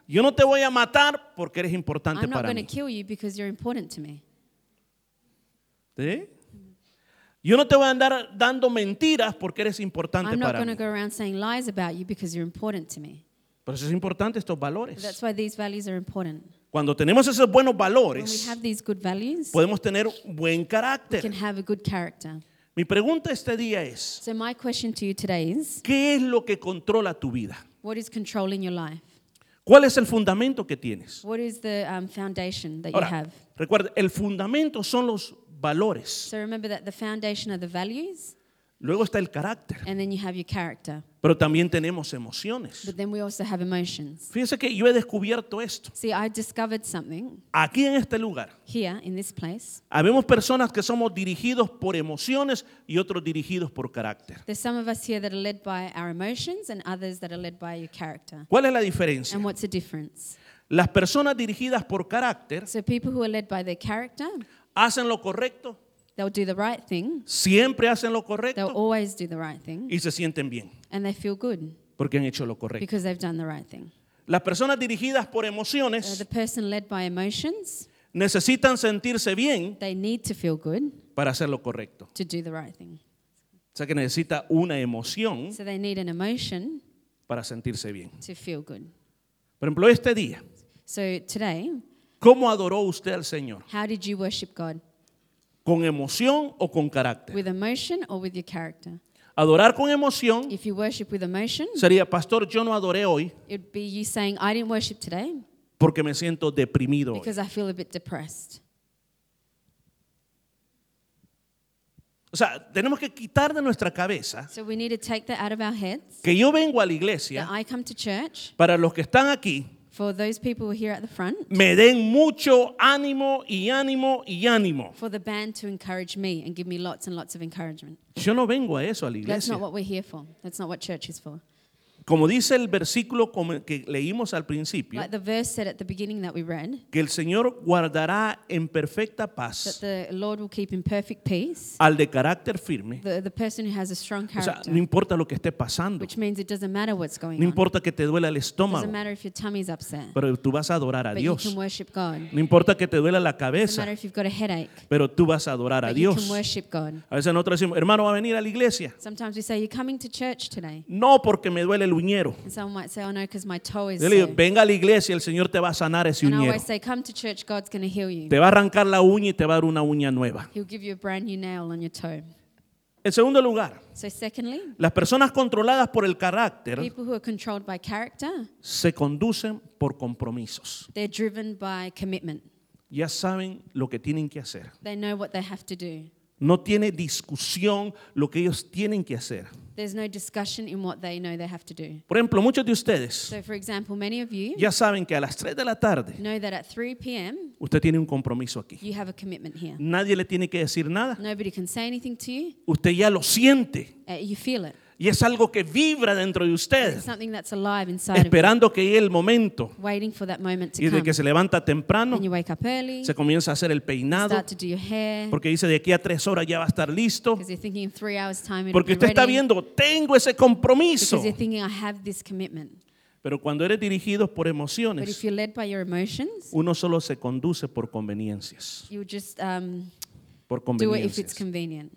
A: Yo no te voy a matar porque eres importante
B: I'm not
A: para
B: going to
A: mí.
B: kill you because you're important to me.
A: ¿Sí? Yo no te voy a andar dando mentiras porque eres importante
B: I'm not
A: para
B: going
A: mí.
B: to go around saying lies about you because you're important to me.
A: Por eso es importante estos valores.
B: That's why these values are important.
A: Cuando tenemos esos buenos
B: When we
A: valores,
B: have these good values, we
A: podemos tener un buen
B: can
A: carácter.
B: have a good character.
A: Mi pregunta este día es,
B: So, my question to you today is
A: ¿qué es lo que controla tu vida?
B: what is controlling your life?
A: ¿Cuál es el fundamento que tienes?
B: What is the um, foundation that you
A: Ahora,
B: have?
A: recuerda, el fundamento son los valores.
B: So, remember that the foundation are the values,
A: Luego está el carácter,
B: and then you have your character.
A: pero también tenemos emociones.
B: But then we also have emotions.
A: Fíjese que yo he descubierto esto.
B: See, I discovered something
A: Aquí en este lugar,
B: here in this place.
A: habemos personas que somos dirigidos por emociones y otros dirigidos por carácter.
B: There's some of us here that are led by our emotions, and others that are led by your character.
A: ¿Cuál es la diferencia?
B: And what's the difference?
A: Las personas dirigidas por carácter
B: So people who are led by their character,
A: hacen lo correcto,
B: they'll do the right thing.
A: siempre hacen lo
B: They'll
A: correcto
B: always do the right thing
A: y se sienten bien
B: and they feel good
A: porque han hecho lo correcto.
B: because they've done the right thing.
A: Las personas dirigidas por
B: Uh, the
A: emociones
B: person led by emotions,
A: necesitan sentirse bien
B: they need to feel good
A: para hacer lo correcto.
B: to do the right thing.
A: O sea que necesita una emoción
B: So they need an emotion
A: para sentirse bien.
B: to feel good.
A: Por ejemplo, este día
B: So today,
A: ¿Cómo adoró usted al Señor?
B: How did you worship God?
A: ¿Con emoción o con carácter?
B: With emotion or with your character?
A: Adorar con emoción
B: If you worship with emotion,
A: sería, pastor, yo no adoré hoy
B: it'd be you saying, I didn't worship today
A: porque me siento deprimido. hoy".
B: because I feel a bit depressed.
A: O sea, tenemos que quitar de nuestra cabeza
B: So we need to take that out of our heads.
A: que yo vengo a la
B: That
A: iglesia,
B: I come to church
A: para los que están aquí,
B: for those people who are here at the front,
A: me den mucho ánimo y ánimo y ánimo.
B: for the band to encourage me and give me lots and lots of encouragement.
A: Yo no vengo a eso, a la
B: That's
A: iglesia.
B: not what we're here for. That's not what church is for.
A: Como dice el versículo como- que leímos al principio,
B: Like the verse said at the beginning that we read,
A: que el Señor guardará en perfecta
B: that
A: paz
B: the Lord will keep in perfect peace
A: al de carácter firme.
B: the, the person who has a strong
A: O sea,
B: character,
A: no importa lo que esté pasando,
B: which means it doesn't matter what's going
A: no
B: on.
A: importa que te duela el
B: doesn't
A: estómago,
B: matter if your tummy's upset,
A: pero tú vas a adorar a
B: but you can
A: Dios.
B: worship God.
A: No importa que te duela la
B: doesn't matter
A: cabeza,
B: if you've got a headache,
A: pero tú vas a adorar a
B: but you can
A: Dios.
B: worship God.
A: A veces nosotros decimos, hermano, va a venir a la iglesia.
B: Sometimes we say, You're coming to church today.
A: No porque me duele el uñero.
B: And someone might say, Oh no, because my toe is.
A: Yo le digo,
B: sore."
A: venga a la iglesia, el Señor te va a sanar ese
B: And I
A: uñero.
B: always say, Come to church, God's going to heal you.
A: Te va a arrancar la uña y te va a dar una uña nueva.
B: He'll give you a brand new nail on your toe.
A: En segundo lugar,
B: So, secondly,
A: las personas controladas por el carácter
B: people who are controlled by character,
A: se conducen por compromisos.
B: they're driven by commitment.
A: Ya saben lo que tienen que hacer.
B: They know what they have to do.
A: No tiene discusión lo que ellos tienen que hacer.
B: There's no discussion in what they know they have to do.
A: Por ejemplo, muchos de ustedes
B: So, for example, many of you
A: ya saben que a las 3 de la tarde
B: know that at 3 p.m.,
A: usted tiene un compromiso aquí.
B: you have a commitment here.
A: Nadie le tiene que decir nada.
B: Nobody can say anything to you.
A: Usted ya lo siente
B: Uh, you feel it.
A: y es algo que vibra dentro de usted,
B: It's something that's alive inside of you,
A: esperando que llegue el momento.
B: waiting for that moment
A: Y de
B: to come.
A: que se levanta temprano,
B: Then you wake up early,
A: se comienza a hacer el peinado,
B: start to do your hair,
A: porque dice de aquí a tres horas ya va a estar listo,
B: because you're thinking in three hours' time it'll
A: porque
B: be
A: usted está
B: ready,
A: viendo, tengo ese compromiso.
B: because you're thinking, I have this commitment.
A: Pero cuando eres dirigido por
B: But if
A: emociones,
B: you're led by your emotions,
A: uno solo se conduce por conveniencias,
B: you'll just um,
A: por
B: do it if it's
A: conveniencias.
B: convenient.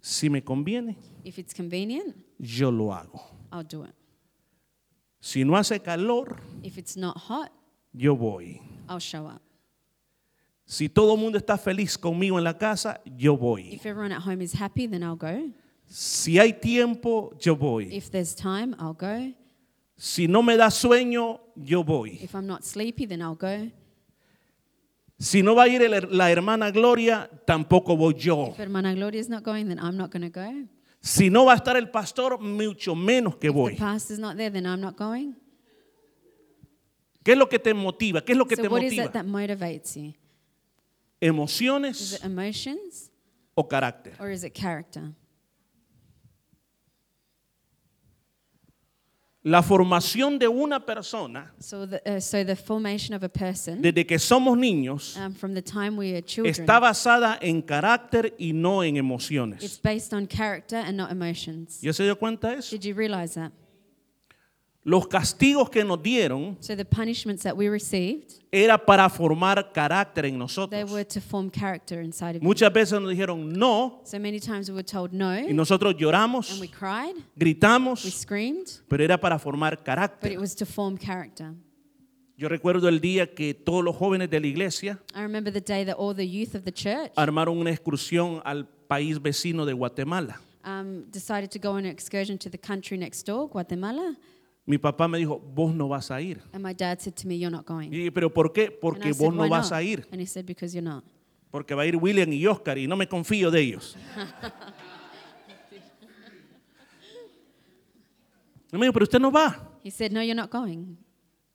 A: Si me conviene,
B: If it's convenient,
A: yo lo hago.
B: I'll do it.
A: Si no hace calor,
B: If it's not hot,
A: yo voy.
B: I'll show up.
A: Si todo el mundo está feliz conmigo en la casa, yo voy.
B: If everyone at home is happy, then I'll go.
A: Si hay tiempo, yo voy.
B: If there's time, I'll go.
A: Si no me da sueño, yo voy.
B: If I'm not sleepy, then I'll go.
A: Si no va a ir el- la hermana Gloria, tampoco voy yo.
B: If Hermana Gloria's not going, then I'm not going to go.
A: Si no va a estar el pastor, mucho menos que
B: If the
A: voy.
B: pastor's not there, then I'm not going.
A: ¿Qué es lo que te motiva? ¿Qué es lo que
B: So
A: te
B: what is it
A: motiva?
B: that motivates you? Is
A: ¿Emociones
B: it emotions
A: o carácter?
B: or is it character?
A: La formación de una persona
B: So the, uh, so the formation of a person
A: desde que somos niños
B: um, from the time we are children,
A: está basada en carácter y no en
B: it's
A: emociones.
B: based on character and not emotions.
A: ¿Ya se dio cuenta de eso?
B: Did you realize that?
A: Los castigos que nos dieron
B: So the punishments that we received,
A: era para formar carácter en
B: they were
A: nosotros.
B: to form character inside of you.
A: Muchas veces nos dijeron no
B: So many times we were told no,
A: y
B: and
A: nosotros lloramos,
B: we cried, we
A: gritamos,
B: screamed,
A: pero era para formar
B: but it
A: carácter.
B: was to form character.
A: Yo recuerdo el día que todos los jóvenes de la iglesia
B: I remember the day that all the youth of the church
A: armaron una excursión al país vecino de Guatemala.
B: um, decided to go on an excursion to the country next door, Guatemala,
A: Mi papá me dijo, vos no vas a ir.
B: and my dad said to me, "You're not going."
A: Y dije, pero ¿por qué?
B: And I
A: Porque
B: said,
A: vos no
B: "Why
A: vas
B: not?"
A: a ir.
B: And he said, "Because you're not."
A: Porque va a ir William y Oscar y no me confío de ellos. Y me dijo, pero usted no va.
B: He said, "No, you're not going."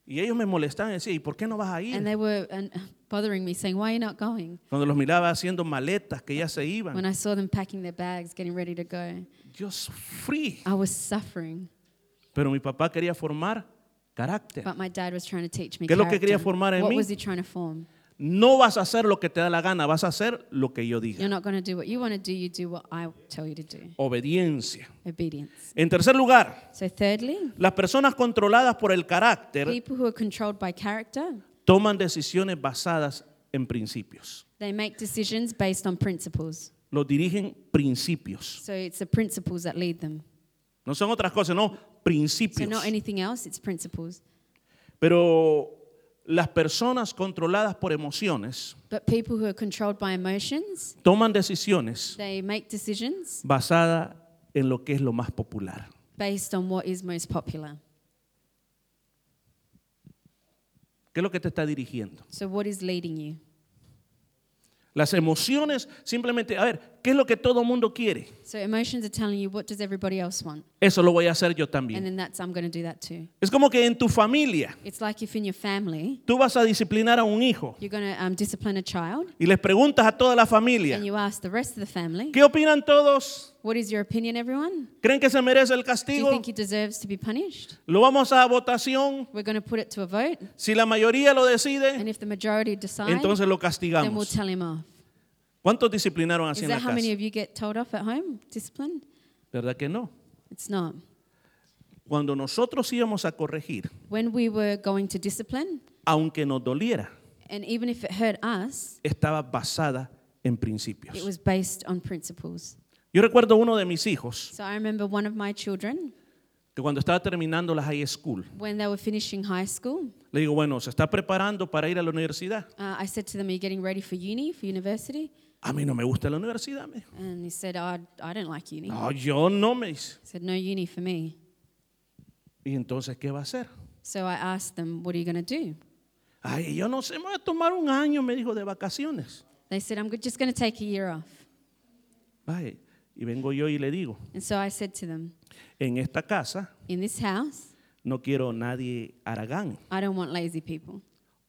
A: Y ellos me molestaban y decían, ¿y por qué no vas a
B: And
A: ir?
B: they were and, bothering me, saying, "Why are you not going?"
A: Cuando los miraba haciendo maletas que ya se
B: When
A: iban,
B: I saw them packing their bags, getting ready to go,
A: yo sufrí.
B: I was suffering.
A: Pero mi papá quería formar carácter.
B: But my dad was trying to teach me.
A: ¿Qué es lo que
B: character.
A: quería formar en
B: what
A: mí?
B: was he trying to form?
A: No vas a hacer lo que te da la gana, vas a hacer lo que yo diga.
B: You're not going to do what you want to do. You do what I tell you to do.
A: Obediencia.
B: Obedience.
A: En tercer lugar,
B: So, thirdly,
A: las personas controladas por el carácter
B: people who are controlled by character,
A: toman decisiones basadas en principios.
B: they make decisions based on principles.
A: Los dirigen principios.
B: So it's the principles that lead them.
A: No son otras cosas, no,
B: So
A: principios.
B: not anything else, it's principles.
A: Pero las personas controladas por emociones
B: But people who are controlled by emotions,
A: toman decisiones
B: they make decisions
A: basadas en lo que es lo más popular.
B: based on what is most popular.
A: ¿Qué es lo que te está dirigiendo?
B: So, what is leading you?
A: Las emociones simplemente, a ver, ¿qué es lo que todo el mundo quiere?
B: So, emotions are telling you what does everybody else want?
A: Eso lo voy a hacer yo
B: And
A: también.
B: then that's, I'm going to do that too.
A: Es como que en tu familia
B: It's like if in your family,
A: tú vas a disciplinar a un hijo
B: you're going to um, discipline a child
A: y les preguntas a toda la familia,
B: and you ask the rest of the family,
A: ¿qué opinan todos?
B: what is your opinion, everyone?
A: ¿Creen que se merece el
B: Do you
A: castigo?
B: think he deserves to be punished?
A: Lo vamos a votación.
B: We're going to put it to a vote.
A: Si la mayoría lo decide,
B: And if the majority decide,
A: entonces lo
B: then we'll
A: castigamos.
B: tell him off.
A: ¿Cuántos disciplinaron
B: Is
A: así en la
B: that how
A: casa?
B: many of you get told off at home? Discipline?
A: ¿Verdad que no?
B: It's not.
A: Cuando nosotros íbamos a corregir,
B: When we were going to discipline,
A: aunque nos doliera,
B: and even if it hurt us,
A: estaba basada en
B: it
A: principios.
B: was based on principles.
A: Yo recuerdo uno de mis hijos
B: So I remember one of my children,
A: que cuando estaba terminando la high school,
B: when they were finishing high school,
A: le digo, bueno, se está preparando para ir a la universidad.
B: uh, I said to them, Are you getting ready for uni, for university?
A: A mí no me gusta la universidad. me dijo.
B: And he said, oh, I- I don't like uni. I
A: No, yo no me hice.
B: said, No uni for me.
A: ¿Y entonces qué va a hacer?
B: So I asked them, What are you going to do?
A: Ay, yo no sé, me voy a tomar un año, me dijo, de vacaciones.
B: They said, I'm go- just going to take a year off.
A: Ay, y vengo yo y le digo,
B: And so I said to them,
A: en esta casa
B: In this house,
A: no quiero nadie aragán.
B: I don't want lazy people.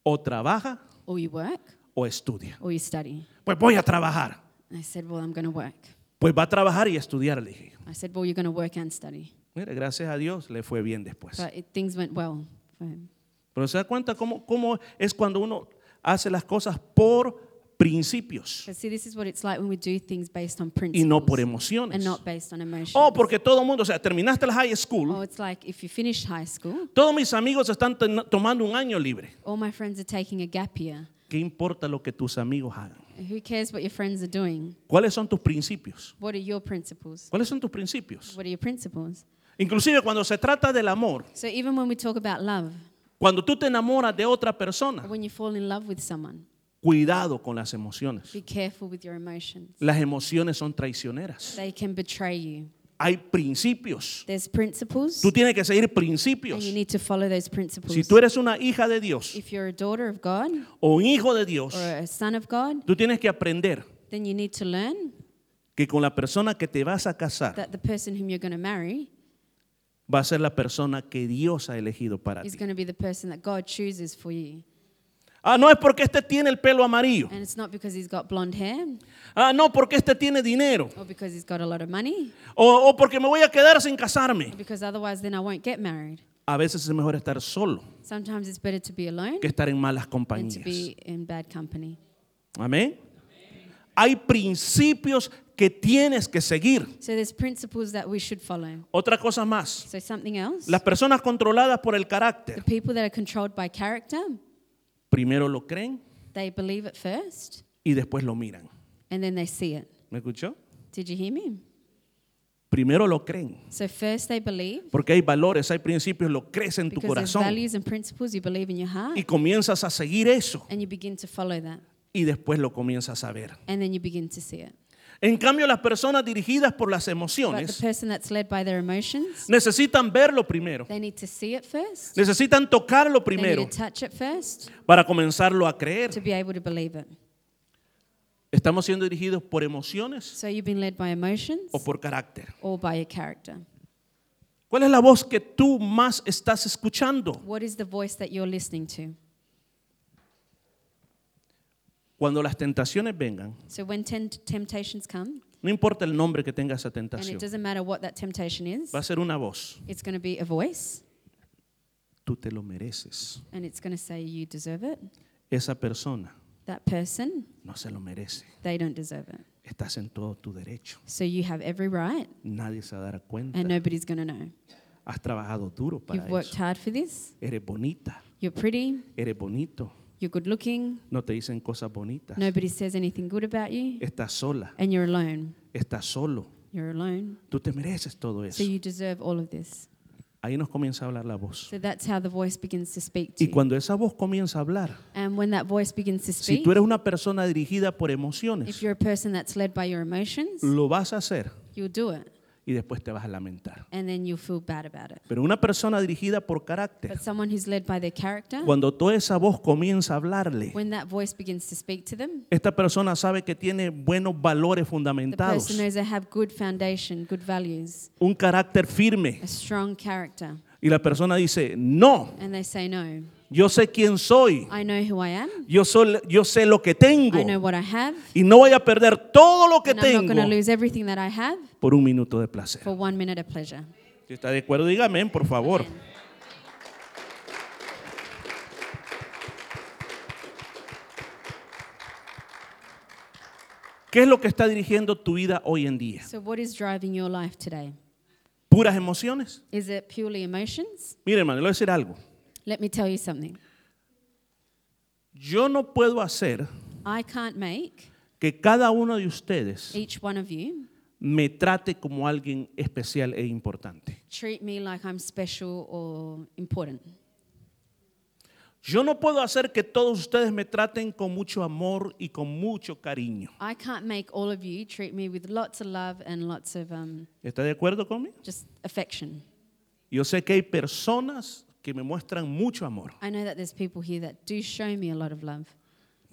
A: O trabaja
B: Or you work
A: o estudia.
B: or you study.
A: Pues voy a trabajar.
B: And I said, Well, I'm going to work.
A: Pues va a trabajar y a estudiar, le dije.
B: I said, Well, you're going to work and study.
A: Mire, gracias a Dios le fue bien después.
B: But it, things went well for him.
A: Pero se da cuenta cómo, cómo es cuando uno hace las cosas por principios
B: But see, this is what it's like when we do things based on principles
A: y no por emociones.
B: and not Oh, based on emotion.
A: Oh, porque todo el mundo, o sea, terminaste la high school,
B: Or it's like if you finish high school,
A: todos mis amigos están ten- tomando un año libre.
B: all my friends are taking a gap year.
A: ¿Qué importa lo que tus amigos hagan?
B: Who cares what your friends are doing?
A: ¿Cuáles son tus principios?
B: What are your principles?
A: ¿Cuáles son tus principios?
B: What are your principles?
A: Inclusive cuando se trata del amor,
B: So even when we talk about love,
A: cuando tú te enamoras de otra persona,
B: when you fall in love with someone,
A: cuidado con las emociones.
B: be careful with your emotions.
A: Las emociones son traicioneras.
B: They can betray you.
A: Hay principios.
B: There's principles,
A: Tú tienes que seguir
B: and
A: principios.
B: you need to follow those principles.
A: Si tú eres una hija de Dios
B: Pues if you're a daughter of God
A: o un hijo de Dios,
B: or a son of God,
A: tú tienes que aprender
B: then you need to learn
A: que con la persona que te vas a casar
B: that the person whom you're going to marry
A: va a ser la persona que Dios ha elegido para
B: is
A: ti.
B: going to be the person that God chooses for you.
A: Ah, no es porque este tiene el pelo amarillo.
B: And it's not because he's got blonde hair
A: Ah, no porque este tiene dinero.
B: or because he's got a lot of money
A: O, o porque me voy a quedar sin casarme.
B: or because otherwise then I won't get married.
A: A veces es mejor estar solo
B: Sometimes it's better to be alone
A: que estar en malas
B: than to
A: compañías.
B: be in bad company.
A: Amén. Hay principios que tienes que seguir.
B: So there's principles that we should follow.
A: Otra cosa más.
B: So something else,
A: Las personas controladas por el
B: the
A: carácter,
B: people that are controlled by character,
A: primero lo creen
B: they believe it first
A: y después lo miran.
B: and then they see it.
A: ¿Me escuchó?
B: Did you hear me?
A: Primero lo creen.
B: So first they believe
A: Porque hay valores, hay principios, lo crees en tu
B: because there's
A: corazón.
B: values and principles you believe in your heart
A: Y comienzas a seguir eso
B: and you begin to follow that
A: y después lo comienzas a ver.
B: and then you begin to see it.
A: En cambio, las personas dirigidas por las
B: But the
A: emociones
B: person that's led by their emotions,
A: necesitan verlo primero.
B: they need to see it first.
A: Necesitan tocarlo
B: They
A: primero
B: need to touch it first
A: para comenzarlo a
B: to
A: creer.
B: be able to believe it.
A: ¿Estamos siendo dirigidos por emociones
B: So you've been led by emotions
A: o por carácter?
B: or by your character.
A: ¿Cuál es la voz que tú más estás escuchando?
B: What is the voice that you're listening to?
A: Cuando las tentaciones vengan,
B: So when ten- temptations come,
A: no importa el nombre que tenga esa
B: and it
A: tentación,
B: doesn't matter what that temptation is,
A: va a ser una voz.
B: it's going to be a voice
A: Tú te lo mereces.
B: and it's going to say you deserve it.
A: Esa persona
B: That person,
A: no se lo merece.
B: they don't deserve it.
A: Estás en todo tu derecho.
B: So you have every right
A: Nadie se va a dar cuenta.
B: and nobody's going to know.
A: Has trabajado duro para
B: You've worked
A: eso.
B: hard for this.
A: Eres bonita,
B: You're pretty,
A: eres bonito.
B: you're good looking,
A: No te dicen cosas bonitas.
B: nobody says anything good about you,
A: Estás sola,
B: and you're alone.
A: estás solo.
B: You're alone.
A: Tú te mereces todo eso.
B: So you deserve all of this.
A: ahí nos comienza a hablar la voz.
B: So that's how the voice begins to speak to
A: Y
B: you.
A: cuando esa voz comienza a hablar,
B: And when that voice begins to
A: si
B: speak,
A: tú eres una persona dirigida por
B: if
A: emociones,
B: you're a person that's led by your emotions,
A: lo vas a hacer
B: you'll do it.
A: y después te vas a lamentar.
B: And then you'll feel bad about it.
A: Pero una persona dirigida por carácter,
B: But someone who's led by their character,
A: cuando toda esa voz comienza a hablarle,
B: when that voice begins to speak to them,
A: esta persona sabe que tiene buenos valores
B: the
A: fundamentados,
B: person knows they have good foundation, good values,
A: un carácter firme.
B: a strong character.
A: Y la persona dice, no,
B: And they say, No,
A: yo sé quién soy,
B: I know who I am,
A: yo, sol- yo sé lo que tengo
B: I know what I have,
A: y no voy a perder todo lo que
B: and I'm not
A: tengo
B: going to lose everything that I have
A: por un minuto de placer.
B: for one minute of pleasure.
A: Si está de acuerdo, diga amén, por favor. ¿Qué es lo que está dirigiendo tu vida hoy en día?
B: So, what is driving your life today?
A: ¿Puras emociones?
B: Is it purely emotions?
A: Mire, hermano, le voy a decir algo.
B: Let me tell you something.
A: Yo no puedo hacer
B: I can't make
A: que cada uno de ustedes
B: each one of you
A: me trate como alguien especial e importante.
B: treat me like I'm special or important.
A: Yo no puedo hacer que todos ustedes me traten con mucho amor y con mucho cariño.
B: I can't make all of you treat me with lots of love and lots of um,
A: ¿Está de acuerdo conmigo?
B: just affection.
A: Yo sé que hay personas que me muestran mucho amor,
B: I know that there's people here that do show me a lot of love,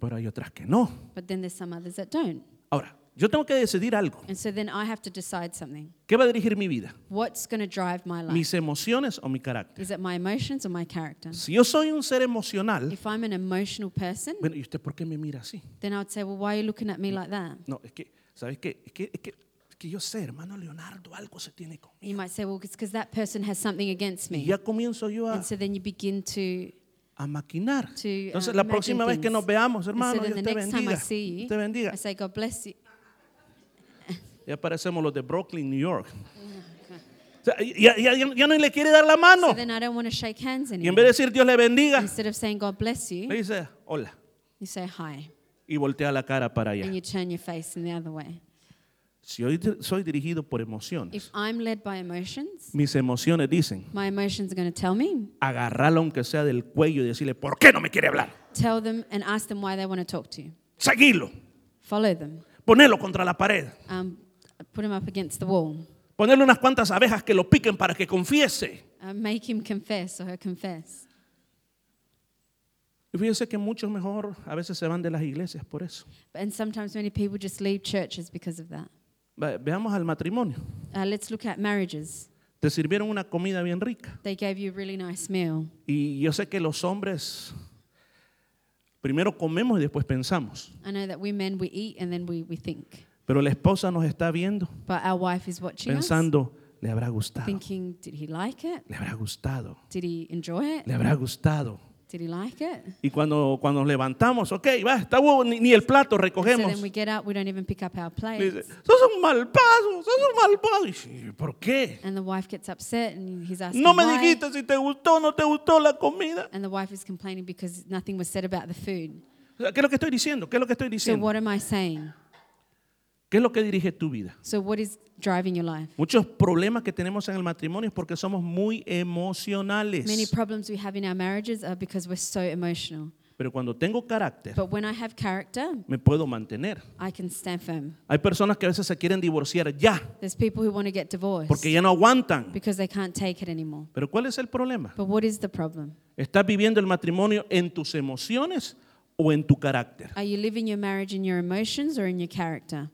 A: pero hay otras que no.
B: but then there's some others that don't.
A: Ahora, yo tengo que decidir algo.
B: And so then I have to decide something.
A: ¿Qué va a dirigir mi vida?
B: What's going to drive my life?
A: ¿Mis emociones o mi carácter?
B: Is it my emotions or my character?
A: Si yo soy un ser emocional,
B: If I'm an emotional person,
A: bueno, ¿y usted por qué me mira así?
B: then I would say, well, why are you looking at me like that?
A: No, es que, ¿sabes qué? Es que, es que, es que yo sé, hermano Leonardo, algo se tiene conmigo.
B: You might say, well, it's because that person has something against
A: Y
B: me.
A: ya comienzo yo a,
B: And so then you begin to
A: a maquinar.
B: to,
A: Entonces,
B: uh,
A: la
B: imagine
A: próxima vez que
B: things.
A: nos veamos,
B: And
A: hermano,
B: so then
A: Dios
B: the
A: te
B: next time I
A: bendiga.
B: see you,
A: Dios te bendiga.
B: I say, God bless you.
A: Ya parecemos los de Brooklyn, New York. O sea, ya, ya- ya- ya no le quiere dar la mano.
B: So then I don't want to shake hands
A: Y en
B: anymore.
A: vez de decir Dios le bendiga,
B: Instead of saying God bless
A: le
B: you,
A: dice hola.
B: you say hi
A: Y voltea la cara para allá.
B: and you turn your face in the other way.
A: Si hoy di- soy dirigido por emociones,
B: If I'm led by emotions,
A: mis emociones dicen,
B: my emotions are going to tell me,
A: agarrarlo aunque sea del cuello y decirle, ¿por qué no me quiere hablar?
B: tell them and ask them why they want to talk to you.
A: Seguilo,
B: Follow them.
A: ponerlo contra la pared,
B: Um, put him up against the wall.
A: ponerle unas cuantas abejas que lo piquen para que confiese.
B: Uh, make him confess or her confess.
A: Y fíjese que muchos mejor a veces se van de las iglesias por eso.
B: And sometimes many people just leave churches because of that.
A: Ve- Veamos al matrimonio.
B: Uh, let's look at marriages.
A: Te sirvieron una comida bien rica.
B: They gave you a really nice meal.
A: Y yo sé que los hombres primero comemos y después pensamos.
B: I know that we men, we eat and then we, we think.
A: Pero la esposa nos está viendo
B: But our wife is watching us,
A: pensando, le habrá gustado,
B: thinking, did he like it?
A: le habrá gustado,
B: Did he enjoy it?
A: le habrá gustado.
B: Did he like it?
A: Y cuando, cuando nos levantamos, ok, va, está bueno, ni, ni el plato
B: So
A: recogemos.
B: then we get up, we don't even pick up our
A: Le dice,
B: plates.
A: sos un malvado, sos un malvado. Y dice, ¿por qué?
B: And the wife gets upset and he's asking
A: No me
B: why.
A: dijiste si te gustó o no te gustó la comida.
B: And the wife is complaining because nothing was said about the food.
A: O sea, ¿Qué es lo que estoy diciendo? ¿Qué es lo que estoy
B: So
A: diciendo?
B: what am I saying?
A: ¿Qué es lo que dirige tu vida?
B: So what is driving your life?
A: Muchos problemas que tenemos en el matrimonio es porque somos muy emocionales.
B: Many problems we have in our marriages are because we're so emotional.
A: Pero cuando tengo carácter,
B: But when I have character,
A: me puedo mantener.
B: I can stand firm.
A: Hay personas que a veces se quieren divorciar ya,
B: There's people who want to get divorced
A: porque ya no aguantan.
B: because they can't take it anymore.
A: Pero ¿cuál es el problema?
B: But what is the problem?
A: ¿Estás viviendo el matrimonio en tus emociones o en tu carácter?
B: Are you living your marriage in your emotions or in your character?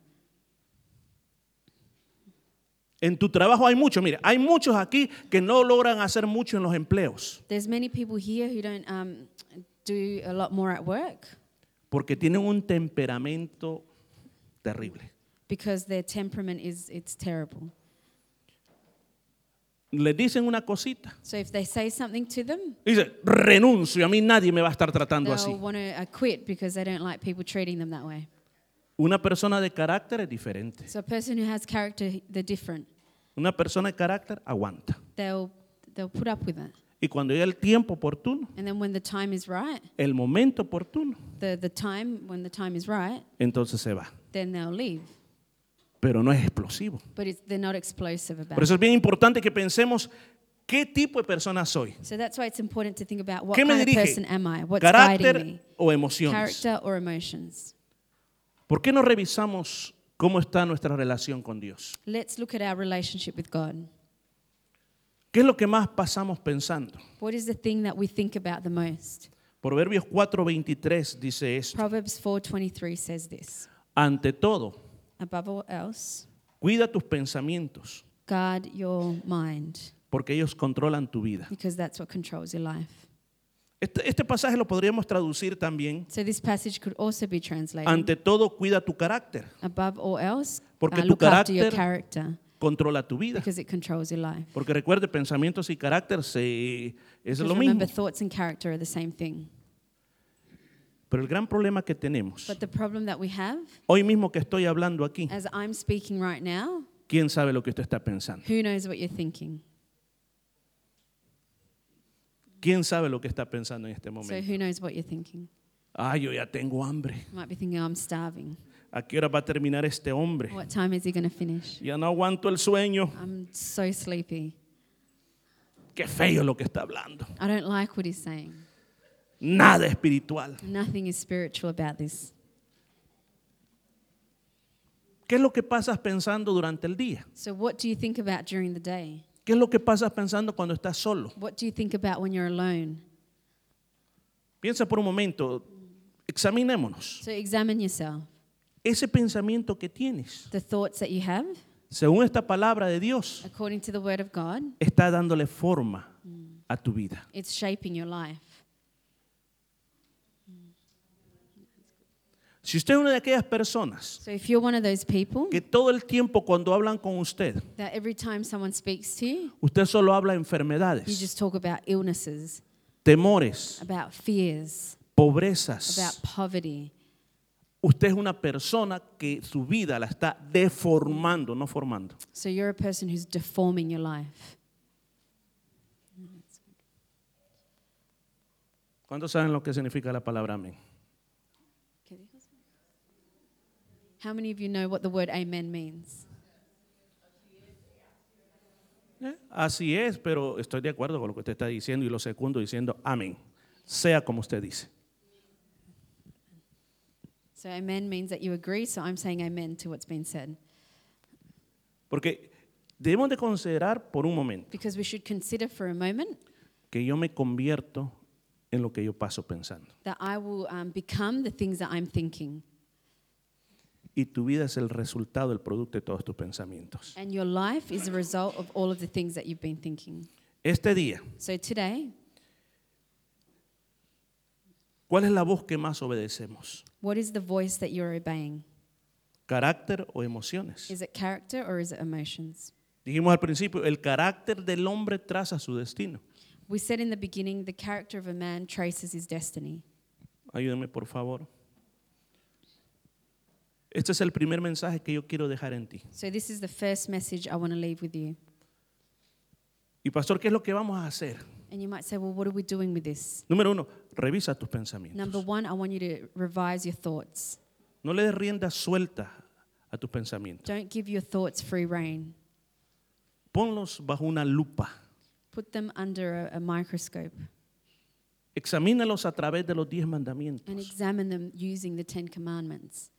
A: En tu trabajo hay muchos, mire, hay muchos aquí que no logran hacer mucho en los empleos,
B: There's many people here who don't um, do a lot more at work
A: porque tienen un temperamento terrible.
B: because their temperament is it's terrible.
A: Les dicen una cosita,
B: So if they say something to them,
A: dicen, renuncio, a mí nadie me va a estar tratando así.
B: they'll want to uh, quit because they don't like people treating them that way.
A: Una persona de carácter es diferente.
B: So a person who has character, they're different.
A: Una persona de carácter aguanta.
B: They'll they'll put up with it.
A: Y cuando llega el tiempo oportuno,
B: And then when the time is right,
A: el momento oportuno,
B: the, the time when the time is right,
A: entonces se va.
B: then they'll leave.
A: Pero no es explosivo.
B: But it's, they're not explosive about
A: Por
B: it.
A: eso es bien importante que pensemos ¿Qué tipo de persona soy?
B: So that's why it's important to think about what
A: ¿Qué me
B: kind of
A: dirige?
B: person am I? What's guiding
A: ¿Carácter
B: me?
A: o emociones?
B: Character or emotions?
A: ¿Por qué no revisamos cómo está nuestra relación con Dios?
B: Let's look at our relationship with God.
A: ¿Qué es lo que más pasamos pensando?
B: What is the thing that we think about the most?
A: Proverbios 4:23 dice esto.
B: Proverbs 4:23 says this.
A: Ante todo,
B: Above all else,
A: cuida tus pensamientos,
B: guard your mind
A: porque ellos controlan tu vida.
B: because that's what controls your life.
A: Este, este pasaje lo podríamos traducir también.
B: So this passage could also be translated
A: Ante todo, cuida tu carácter,
B: above all else,
A: Porque
B: uh,
A: tu
B: look after your
A: carácter-
B: character
A: controla tu vida.
B: because it controls your life.
A: Porque recuerde, pensamientos y carácter se, es
B: Because
A: lo mismo.
B: remember, thoughts and character are the same thing.
A: Pero el gran problema que tenemos,
B: But the problem that we have,
A: hoy mismo que estoy hablando aquí,
B: as I'm speaking right now,
A: ¿quién sabe lo que usted está pensando?
B: who knows what you're thinking?
A: ¿Quién sabe lo que está pensando en este
B: So
A: momento?
B: who knows what you're thinking?
A: Ah, yo ya tengo hambre.
B: You might be thinking, I'm starving.
A: ¿A qué hora va a terminar este hombre?
B: What time is he going to finish?
A: Ya no aguanto el sueño.
B: I'm so sleepy.
A: Qué feo lo que está hablando.
B: I don't like what he's saying.
A: Nada espiritual.
B: Nothing is spiritual about this.
A: ¿Qué es lo que pasas pensando durante el día?
B: So, what do you think about during the day?
A: ¿Qué es lo que pasas pensando cuando estás solo?
B: What do you think about when you're alone?
A: Piensa por un momento, examinémonos.
B: So, examine yourself.
A: Ese pensamiento que tienes,
B: The thoughts that you have,
A: según esta palabra de Dios,
B: according to the Word of God,
A: está dándole forma a tu vida.
B: it's shaping your life.
A: Si usted es una de aquellas personas
B: So, if you're one of those people
A: que todo el tiempo cuando hablan con usted,
B: that every time someone speaks to you,
A: usted solo habla
B: you
A: enfermedades,
B: just talk about illnesses,
A: temores,
B: about fears, about
A: pobrezas,
B: poverty,
A: usted es una persona que su vida la está deformando, no formando.
B: so you're a person who's deforming your life.
A: ¿Cuántos saben lo que significa la palabra amén?
B: How many of you know what the word amen means?
A: ¿Eh? Así es, pero estoy de acuerdo con lo que usted está diciendo y lo segundo diciendo amén. Sea como usted dice.
B: So, amen means that you agree, so I'm saying amen to what's been said.
A: Porque debemos de considerar por un momento
B: Because we should consider for a moment
A: que yo me convierto en lo que yo paso pensando.
B: that I will um, become the things that I'm thinking,
A: Y tu vida es el resultado, el producto de todos tus pensamientos.
B: and your life is a result of all of the things that you've been thinking.
A: Este día,
B: So today,
A: ¿cuál es la voz que más obedecemos?
B: what is the voice that you're obeying?
A: ¿Carácter o emociones?
B: Is it character or is it emotions?
A: Dijimos al principio, el carácter del hombre traza su destino.
B: We said in the beginning, the character of a man traces his destiny.
A: Ayúdenme, por favor. Este es el primer mensaje que yo quiero dejar en ti.
B: So this is the first message I want to leave with you.
A: Y pastor, ¿qué es lo que vamos a hacer?
B: And you might say, well, what are we doing with this?
A: Número uno, revisa tus pensamientos.
B: Number one, I want you to revise your thoughts.
A: No le des rienda suelta a tus pensamientos.
B: Don't give your thoughts free rein.
A: Ponlos bajo una lupa.
B: Put them under a, a microscope
A: Examínalos a través de los diez
B: and
A: mandamientos.
B: examine them using the Ten Commandments.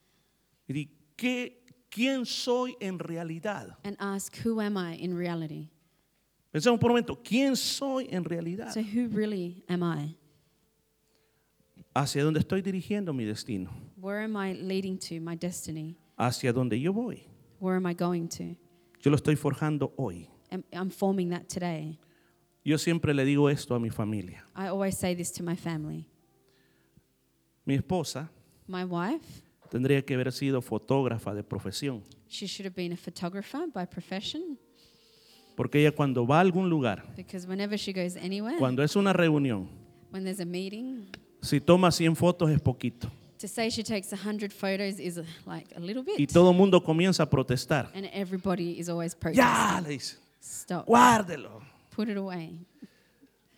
A: Y di, ¿qué, ¿quién soy en realidad?
B: and ask, Who am I in reality?
A: Pensemos por un momento, ¿quién soy en realidad?
B: So, who really am I?
A: ¿Hacia dónde estoy dirigiendo mi destino?
B: Where am I leading to my destiny?
A: ¿Hacia dónde yo voy?
B: Where am I going to?
A: Yo lo estoy forjando hoy.
B: Am- I'm forming that today.
A: Yo siempre le digo esto a mi familia.
B: I always say this to my family.
A: Mi esposa
B: My wife,
A: tendría que haber sido fotógrafa de profesión,
B: she should have been a photographer by profession
A: porque ella cuando va a algún lugar,
B: because whenever she goes anywhere,
A: Cuando es una reunión,
B: when there's a meeting,
A: si toma 100 fotos es poquito.
B: to say she takes 100 photos is uh, like a little
A: Y
B: bit.
A: todo el mundo comienza a protestar.
B: And everybody is always protesting.
A: Ya, le dice,
B: Stop.
A: guárdelo.
B: Put it away.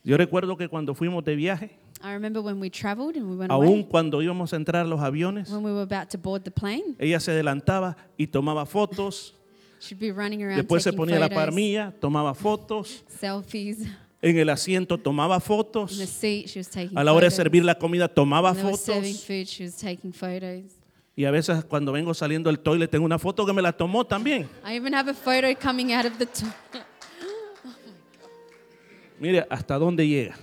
A: Yo recuerdo que cuando fuimos de viaje,
B: I remember when we traveled and we went
A: aún
B: away,
A: cuando íbamos a entrar a los aviones,
B: when we were about to board the plane,
A: ella se adelantaba y tomaba fotos
B: She'd be running around
A: Después se
B: taking
A: ponía la
B: photos,
A: par mía, tomaba fotos.
B: selfies.
A: En el asiento tomaba
B: In the
A: fotos.
B: seat, she was taking
A: A la hora de
B: photos.
A: servir la comida tomaba
B: When they were serving
A: fotos.
B: food, she was taking photos.
A: Y a veces cuando vengo saliendo del toilet tengo una foto que me la tomó también.
B: I even have a photo coming out of the toilet.
A: Mire, ¿hasta dónde llega?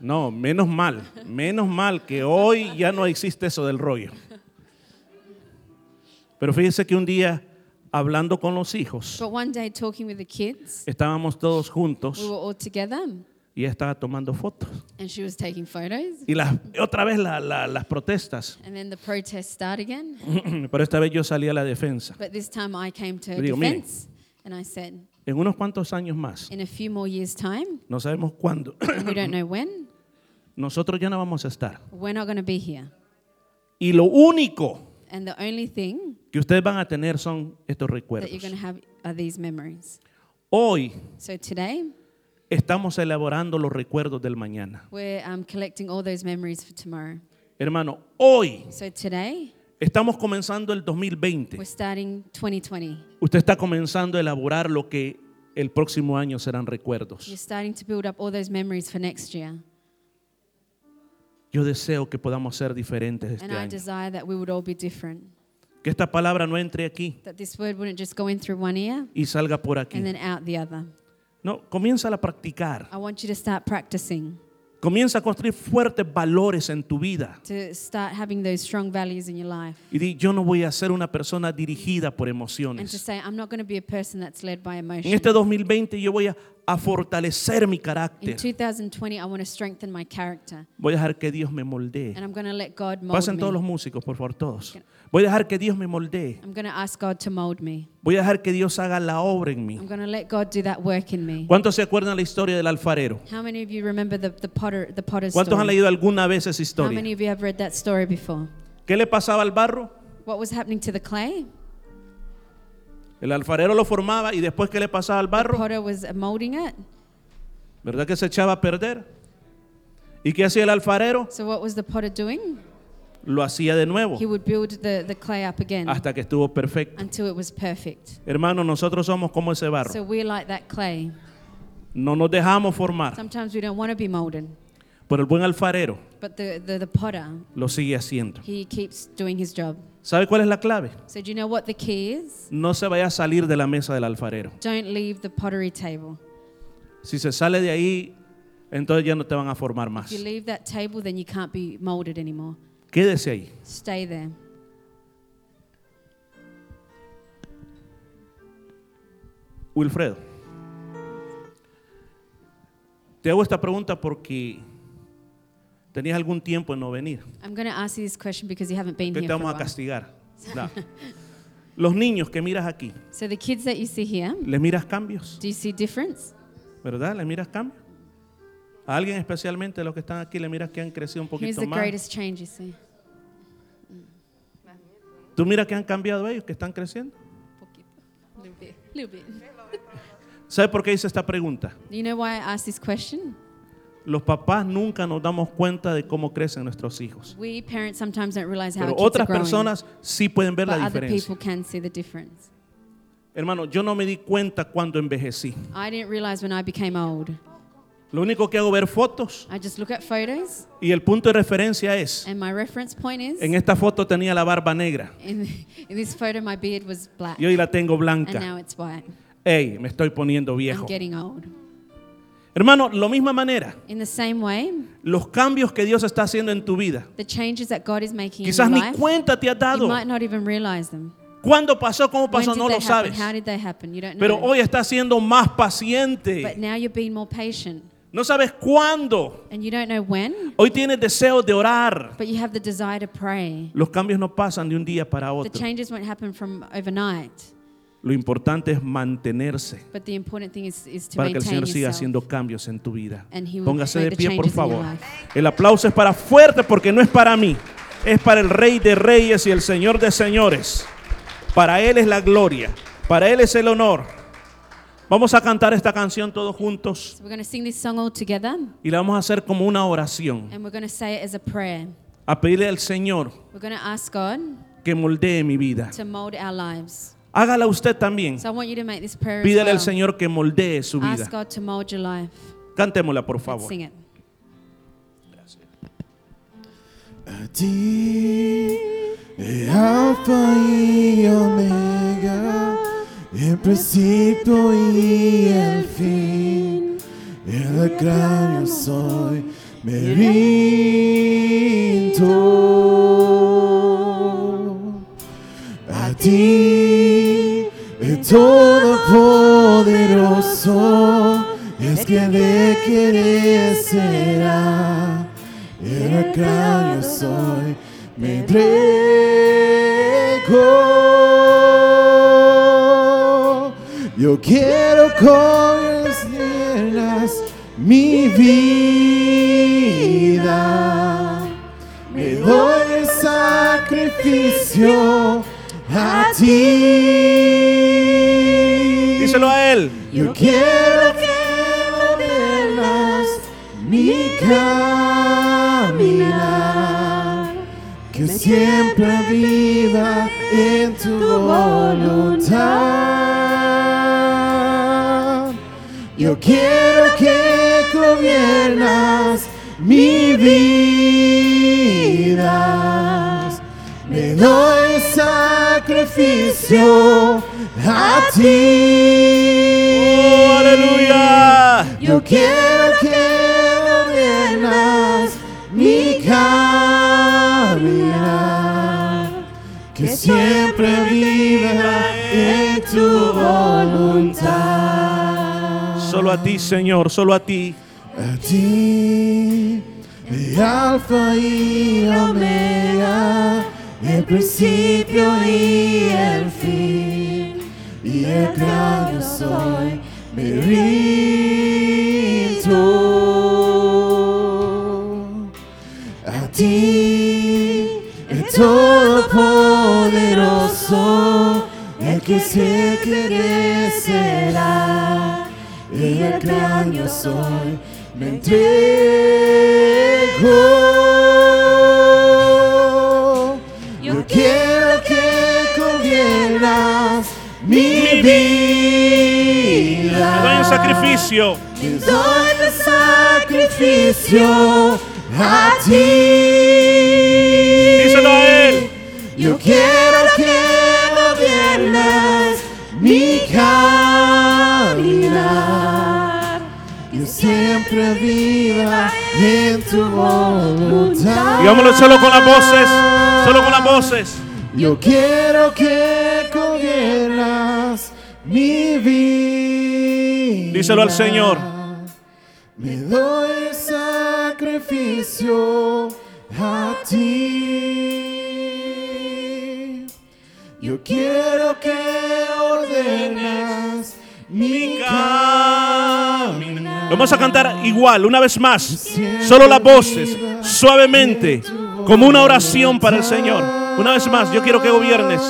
A: No, menos mal, menos mal que hoy ya no existe eso del rollo. Pero fíjese que un día, hablando con los hijos,
B: But one day, talking with the kids,
A: estábamos todos
B: we
A: juntos
B: were all together
A: y ella estaba tomando fotos.
B: and she was taking photos.
A: Y las, otra vez la- la- las protestas,
B: And then the protests start again.
A: pero esta vez yo salí a la defensa.
B: But this time I came to
A: Le digo, "Mire."
B: defense and I said,
A: En unos cuantos años más,
B: in a few more years' time,
A: no sabemos cuándo,
B: and we don't know when,
A: nosotros ya no vamos a estar.
B: we're not going to be here.
A: Y lo único
B: And the only thing
A: que ustedes van a tener son estos
B: that you're going to
A: recuerdos.
B: have are these memories.
A: Hoy
B: So today,
A: estamos elaborando los recuerdos del mañana.
B: we're um, collecting all those memories for tomorrow.
A: Hermano, hoy
B: So today,
A: estamos comenzando el 2020.
B: we're starting 2020.
A: Usted está comenzando a elaborar lo que el próximo año serán
B: You're
A: recuerdos.
B: starting to build up all those memories for next year.
A: Yo deseo que podamos ser diferentes este
B: And I
A: año.
B: desire that we would all be different.
A: Que esta palabra no entre aquí
B: That this word wouldn't just go in through one ear
A: y salga por aquí.
B: and then out the other.
A: No, comienza a practicar.
B: I want you to start practicing,
A: Comienza a construir fuertes valores en tu vida.
B: to start having those strong values in your life.
A: Y di, yo no voy a ser una persona dirigida por
B: And to
A: emociones.
B: say, I'm not going to be a person that's led by
A: En
B: emotion.
A: este 2020 yo voy a, a fortalecer mi
B: In
A: carácter.
B: 2020, I want to strengthen my character.
A: Voy a dejar que Dios me moldee.
B: And I'm going to let God mold
A: Pasen todos los
B: me.
A: músicos, por favor, todos. Voy a dejar que Dios me moldee.
B: I'm going to ask God to mold me.
A: Voy a dejar que Dios haga la obra en mí.
B: I'm going to let God do that work in me.
A: ¿Cuántos se acuerdan la historia del alfarero?
B: How many of you remember the, the potter the potter's
A: ¿Cuántos han
B: story?
A: leído alguna vez esa
B: How
A: historia?
B: many of you have read that story before?
A: ¿Qué le pasaba al barro?
B: What was happening to the clay?
A: El alfarero lo formaba y después ¿qué le pasaba al
B: The
A: barro?
B: potter was molding it.
A: ¿Verdad que se echaba a perder? ¿Y qué hacía el alfarero?
B: So what was the potter doing?
A: Lo hacía de nuevo
B: He would build the, the clay up again
A: hasta que estuvo perfecto.
B: until it was perfect.
A: Hermano, nosotros somos como ese barro.
B: So we're like that clay.
A: No nos dejamos formar,
B: Sometimes we don't want to be molded,
A: pero el buen alfarero
B: but the, the, the potter,
A: lo sigue haciendo.
B: he keeps doing his job.
A: ¿Sabe cuál es la clave?
B: So do you know what the key is?
A: No se vaya a salir de la mesa del alfarero.
B: Don't leave the pottery table.
A: Si se sale de ahí, entonces ya no te van a formar
B: If
A: más.
B: you leave that table, then you can't be molded anymore.
A: Quédese ahí.
B: Stay there.
A: Wilfredo, te hago esta pregunta porque tenías algún tiempo en no venir.
B: I'm going to ask you this question because you haven't been
A: Que
B: here
A: te
B: for a
A: vamos a
B: while.
A: castigar. No. Los niños que miras aquí,
B: So the kids that you see here,
A: ¿les miras cambios?
B: do you see difference?
A: ¿Verdad? ¿Les miras cambios? A alguien especialmente, los que están aquí, le miras que han crecido un
B: Here's
A: poquito
B: the
A: más.
B: greatest change you see?
A: ¿Tú miras que han cambiado ellos, que están creciendo?
B: little bit. little bit.
A: ¿Sabes por qué hice esta pregunta?
B: You know why I asked this question?
A: Los papás nunca nos damos cuenta de cómo crecen nuestros hijos.
B: We parents sometimes don't realize how
A: Pero
B: our kids are
A: otras
B: growing,
A: personas sí pueden ver
B: but
A: la
B: other
A: diferencia.
B: people can see the difference.
A: Hermano, yo no me di cuenta cuando envejecí.
B: I didn't realize when I became old.
A: Lo único que hago es ver fotos
B: I just look at photos,
A: y el punto de referencia es,
B: and my reference point is
A: en esta foto tenía la barba negra
B: in, in this photo my beard was black,
A: y hoy la tengo
B: and
A: blanca.
B: now it's white.
A: Ey, me estoy poniendo
B: I'm
A: viejo.
B: getting old.
A: Hermano, lo misma manera,
B: In the same way,
A: los cambios que Dios está haciendo en tu vida,
B: the changes that God is making
A: quizás
B: in
A: ni
B: your life,
A: cuenta te has
B: you
A: dado.
B: might not even realize them.
A: ¿Cuándo pasó? ¿Cómo pasó?
B: when did
A: No
B: they
A: lo
B: happen?
A: sabes.
B: How did they happen? You don't
A: Pero
B: know.
A: hoy estás siendo más
B: Mm. But
A: paciente.
B: now you're being more patient,
A: No sabes cuándo.
B: and you don't know when,
A: Hoy tienes deseo de orar.
B: but you have the desire to pray.
A: Los cambios no pasan de un día para
B: The
A: otro.
B: changes won't happen from overnight.
A: Lo importante es mantenerse
B: But the important thing is, is to
A: para que el
B: maintain
A: Señor siga
B: yourself.
A: haciendo cambios en tu vida.
B: And he will
A: Póngase
B: make
A: de pie,
B: the
A: por
B: changes in your
A: favor.
B: life.
A: El aplauso es para fuerte porque no es para mí, es para el Rey de Reyes y el Señor de Señores. Para Él es la gloria, para Él es el honor. Vamos a cantar esta canción todos juntos
B: So we're going to sing this song all together
A: y la vamos a hacer como una oración.
B: and we're going to say it as a prayer.
A: A pedirle al Señor
B: We're going to ask God
A: que moldee mi vida.
B: to mold our lives.
A: Hágala usted también.
B: So I want you to make this prayer as
A: Pídele al
B: well.
A: Señor que moldee su vida.
B: Ask God to mold your life.
A: Cantémosla, por
B: Let's
A: favor.
B: sing it.
C: A ti, el Alfa y Omega, el principio y el fin, el gran yo soy, me rindo. A ti, el todopoderoso, es que de querer será. En acá yo soy, me entrego. Yo quiero con las piernas mi vida. Me doy el sacrificio a ti.
A: Díselo a Él.
C: Yo quiero que veas mi caminar, que siempre viva en tu voluntad. Yo quiero que gobiernas mi vida. Me doy sacrificio a ti.
A: ¡Oh, aleluya!
C: Yo quiero que gobiernas mi caminar, que siempre viva en tu voluntad.
A: Solo a ti, Señor, solo a ti.
C: A ti, el alfa y omega, el principio y el fin, y el gran yo soy, me rindo. A ti, el todopoderoso, el que se que será, y el gran yo soy, me entrego. Yo quiero que gobiernas mi vida.
A: Te doy un sacrificio.
C: Te doy el sacrificio a ti.
A: Díselo a Él.
C: Yo quiero que gobiernes mi caminar. Que siempre viva en tu voluntad.
A: Digámoslo solo con las voces. Solo con las voces.
C: Yo quiero que gobiernas mi vida.
A: Díselo al Señor.
C: Me doy el sacrificio a ti. Yo quiero que ordenes mi caminar.
A: Lo Vamos a cantar igual, una vez más. Solo las voces, suavemente, como una oración para el Señor. Una vez más, yo quiero que gobiernes.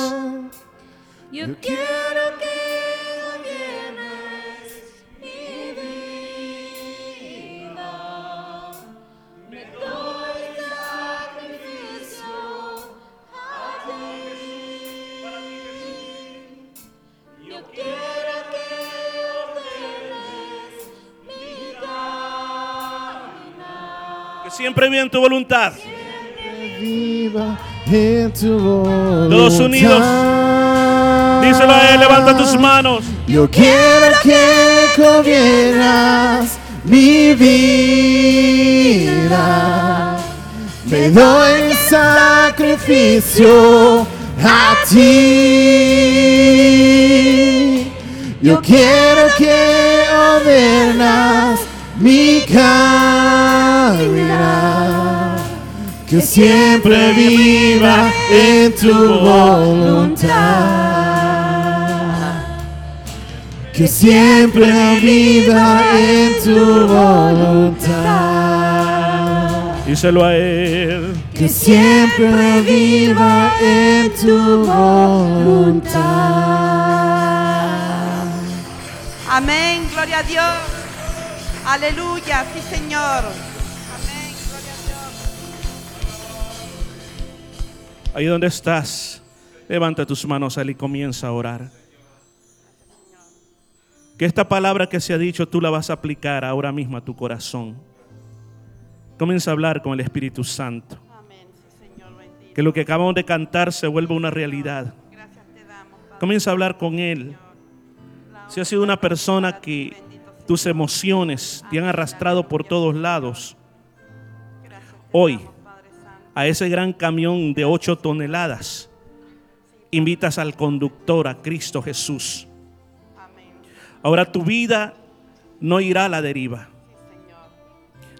C: Yo quiero que gobiernes mi vida. Me doy sacrificio a ti. Yo quiero que ordenes mi caminar.
A: Que siempre viva en tu voluntad.
C: Viva en tu
A: Todos unidos. Díselo a Él, levanta tus manos.
C: Yo quiero que gobiernas mi vida. Me doy el sacrificio a ti. Yo quiero que ordenas mi caminar. Que siempre viva en tu voluntad que siempre viva en tu voluntad,
A: Díselo a Él.
C: que siempre viva en tu voluntad.
D: Amén, gloria a Dios. Aleluya, sí Señor. Amén, gloria a Dios.
A: Ahí donde estás, Levanta tus manos al y comienza a orar. Que esta palabra que se ha dicho tú la vas a aplicar ahora mismo a tu corazón. Comienza a hablar con el Espíritu Santo.
D: Amén, sí, Señor bendito.
A: Que lo que acabamos de cantar se vuelva una realidad.
D: Gracias te damos, Padre.
A: Comienza a hablar con Él.
D: La
A: Si has sido una persona que tus emociones te han arrastrado por todos lados
D: honra, gracias te
A: hoy.
D: damos, Padre Santo.
A: a ese gran camión de 8 toneladas, invitas al conductor, a Cristo Jesús.
D: Amén, sí,
A: Ahora tu vida no irá a la deriva.
D: Señor.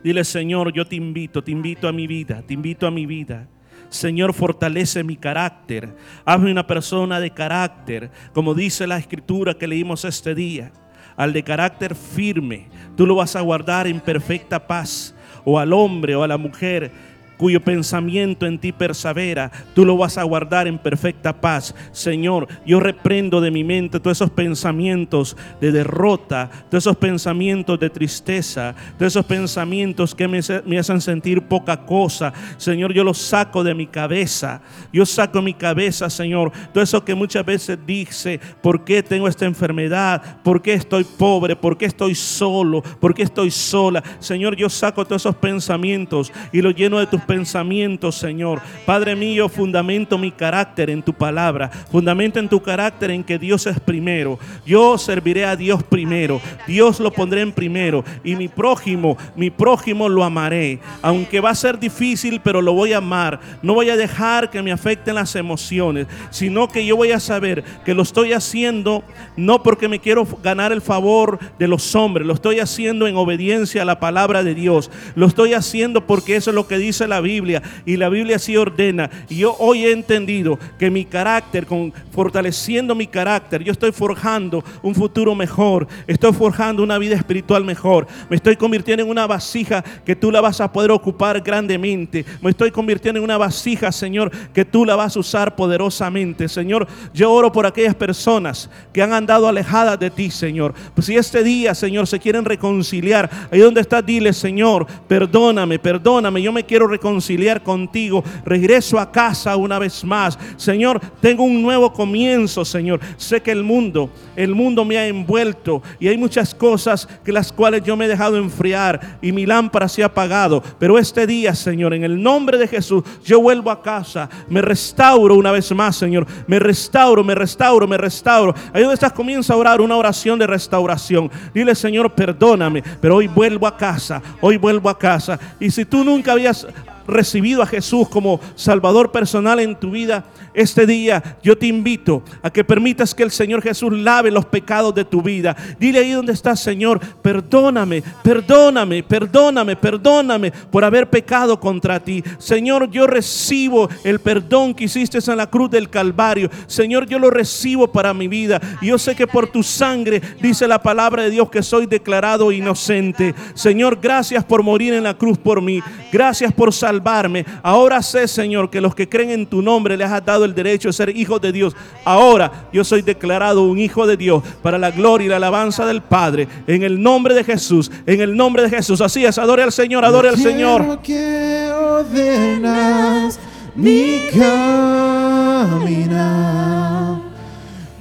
A: Dile, Señor, yo te invito, te invito a mi vida, te invito a mi vida. Señor, fortalece mi carácter. Hazme una persona de carácter, como dice la escritura que leímos este día. Al de carácter firme, tú lo vas a guardar en perfecta paz. O al hombre o a la mujer cuyo pensamiento en ti persevera, tú lo vas a guardar en perfecta paz. Señor, yo reprendo de mi mente todos esos pensamientos de derrota, todos esos pensamientos de tristeza, todos esos pensamientos que me, se- me hacen sentir poca cosa. Señor, yo los saco de mi cabeza. Yo saco de mi cabeza, Señor, todo eso que muchas veces dice, ¿por qué tengo esta enfermedad? ¿Por qué estoy pobre? ¿Por qué estoy solo? ¿Por qué estoy sola? Señor, yo saco todos esos pensamientos y los lleno de tus pensamientos, Señor. Padre mío, fundamento mi carácter en tu palabra. Fundamento en tu carácter en que Dios es primero. Yo serviré a Dios primero. Dios lo pondré en primero. Y mi prójimo, mi prójimo lo amaré. Aunque va a ser difícil, pero lo voy a amar. No voy a dejar que me afecten las emociones, sino que yo voy a saber que lo estoy haciendo no porque me quiero ganar el favor de los hombres, lo estoy haciendo en obediencia a la palabra de Dios, lo estoy haciendo porque eso es lo que dice la Biblia y la Biblia así ordena. Y yo hoy he entendido que mi carácter, con, fortaleciendo mi carácter, yo estoy forjando un futuro mejor, estoy forjando una vida espiritual mejor, me estoy convirtiendo en una vasija que tú la vas a poder ocupar grandemente, me estoy convirtiendo en una vasija, Señor, que tú la vas a usar poderosamente. Señor, yo oro por aquellas personas que han andado alejadas de ti, Señor. Pues si este día, Señor, se quieren reconciliar, ahí donde estás, dile, Señor, perdóname, perdóname, yo me quiero reconciliar contigo. Regreso a casa una vez más. Señor, tengo un nuevo comienzo, Señor. Sé que el mundo, el mundo me ha envuelto y hay muchas cosas que las cuales yo me he dejado enfriar y mi lámpara se ha apagado. Pero este día, Señor, en el nombre de Jesús, yo vuelvo a casa, me restauro una vez más, Señor. Me restauro, me restauro, me restauro. Ahí donde estás, comienza a orar una oración de restauración. Dile, Señor, perdóname, pero hoy vuelvo a casa, hoy vuelvo a casa. Y si tú nunca habías recibido a Jesús como Salvador personal en tu vida, este día yo te invito a que permitas que el Señor Jesús lave los pecados de tu vida. Dile ahí donde estás, Señor, perdóname, perdóname, perdóname, perdóname por haber pecado contra ti. Señor, yo recibo el perdón que hiciste en la cruz del Calvario. Señor, yo lo recibo para mi vida. Yo sé que por tu sangre, dice la palabra de Dios, que soy declarado inocente. Señor, gracias por morir en la cruz por mí. Gracias por salvarme. Ahora sé, Señor, que los que creen en tu nombre les has dado el derecho de ser hijos de Dios. Ahora yo soy declarado un hijo de Dios para la gloria y la alabanza del Padre. En el nombre de Jesús, en el nombre de Jesús. Así es, adore al Señor, adore al Señor.
C: Quiero que ordenas mi caminar,